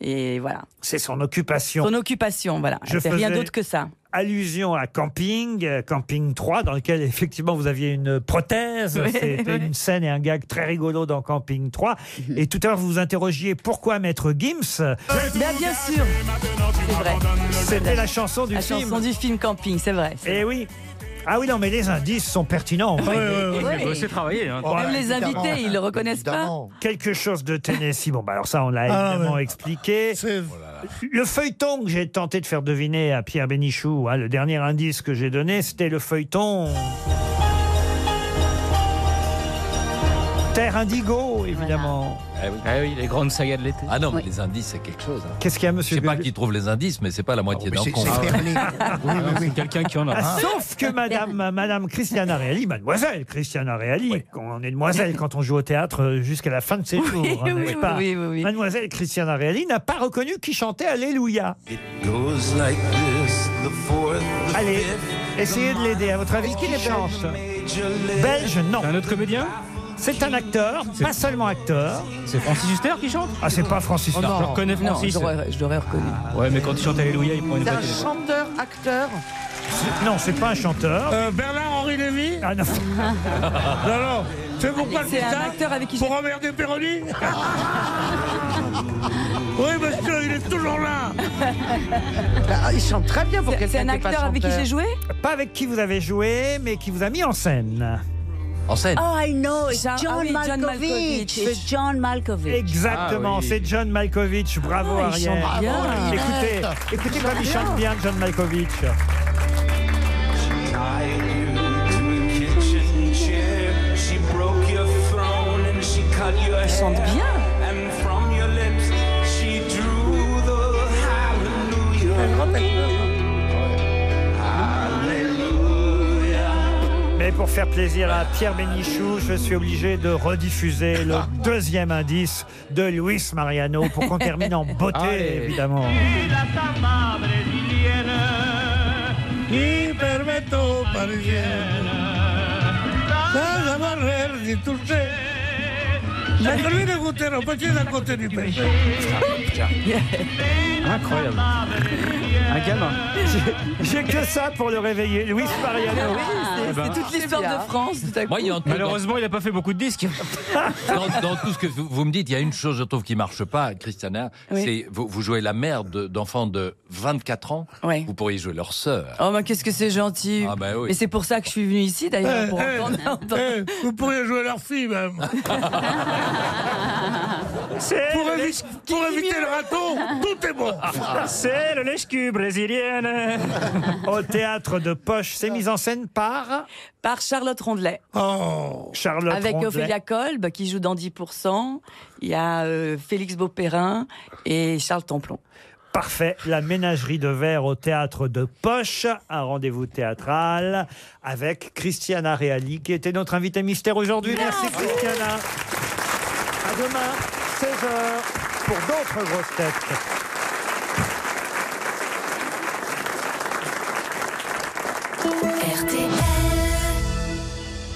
et voilà. C'est son occupation. Son occupation, voilà. Je elle fait rien faisais- d'autre que ça. Allusion à Camping, euh, Camping 3, dans lequel effectivement vous aviez une prothèse. Oui, C'était oui. une scène et un gag très rigolo dans Camping 3. Mhm. Et tout à l'heure, vous vous interrogiez pourquoi Maître Gims Bien, Bah, bien sûr. C'est vrai. C'était la chanson du la film. chanson du film Camping, c'est vrai. c'est vrai. Eh oui. Ah oui, non, mais les indices sont pertinents. Oui, oui, oui, oui. C'est travaillé. Même les invités, ils le reconnaissent pas. Quelque chose de Tennessee. Bon, bah alors ça, on l'a Ah, évidemment expliqué. Oh Le feuilleton que j'ai tenté de faire deviner à Pierre Bénichou, hein, le dernier indice que j'ai donné, c'était le feuilleton. Terre Indigo, évidemment. Ah oui. les grandes sagas de l'été. Ah non, mais les indices, c'est quelque chose. hein. Qu'est-ce qu'il y a, monsieur Je sais pas qui trouve les indices, Ah, mais c'est pas la moitié Ah d'un con. quelqu'un qui en a. Ah, Sauf que madame, madame Christiana Reali, mademoiselle Christiana Reali, on est demoiselle quand on joue au théâtre euh, jusqu'à la fin de ses jours, hein, oui, n'est-ce pas oui, Mademoiselle Christiana Reali n'a pas reconnu qui chantait Alléluia. Goes like this, the fourth, the Allez, fifth, essayez de l'aider. À votre avis, qui les chante Belge, non. Un autre comédien C'est un acteur, pas seulement acteur. C'est Francis Huster qui chante Ah, c'est pas Francis Oh non, Huster. je reconnais Non, Francis. je l'aurais- reconnu. Ouais, mais quand il chante Alléluia, il prend une C'est un patate. chanteur, acteur. Non, c'est pas un chanteur. Bernard-Henri Euh, Lévy Ah non. non, non. C'est pour Allez, pas le Ah, c'est un bizarre, acteur avec qui Pour emmerder Péroni Oui, monsieur, il est toujours là il chante très bien pour C'est un acteur avec qui j'ai joué Pas avec qui vous avez joué, mais qui vous a mis en scène. En scène Oh, I know, it's Jean- John, ah oui, John Malkovich. Malkovich. C'est John Malkovich. Ah Exactement, c'est John Malkovich. Bravo, Ah, il chante Ariel. bien. Bravo, Écoutez, Arrête. écoutez Il comme il chante chante bien, John Malkovich. Tied you to a kitchen chair. She broke your throne and she cut your hair. And from your lips, she drew the Mais pour faire plaisir à Pierre Bénichou, je suis obligé de rediffuser le deuxième indice de Luis Mariano pour qu'on termine en beauté, Allez. évidemment. Y permeto parisienne Sans avoir l'air d'y toucher J'ai envie de goûter le petit d'à côté du péché Incroyable. Un gamin. J'ai que ça pour le réveiller, Luis Mariano. C'est ben, toute l'histoire de France, tout à coup. Moi, il y a un truc Malheureusement, il n'a pas fait beaucoup de disques. Dans, dans tout ce que vous, vous me dites, il y a une chose, je trouve, qui marche pas, Christiana. Oui. C'est vous, vous jouez la mère de- d'enfants de 24 ans. Ouais. Vous pourriez jouer leur sœur. Oh, mais qu'est-ce que c'est gentil. Ah, bah oui. Et c'est pour ça que je suis venue ici, Euh, d'ailleurs, pour entendre. Eh, vous pourriez jouer leur fille même. C'est pour, le évi- lèche- pour éviter le raton, tout est bon. C'est le lèche-cul brésilienne. Au théâtre de Poche, c'est mis en scène par Par Charlotte Rondelet. Oh. Charlotte Avec Rondelet. Ophélia Kolb, qui joue dans 10%. Il y a euh, Félix Beauperrin et Charles Templon. Parfait, la ménagerie de verre au théâtre de Poche, un rendez-vous théâtral avec Christiana Reali qui était notre invitée mystère aujourd'hui. Merci Christiana. À demain, 16h, pour d'autres grosses têtes. RTL.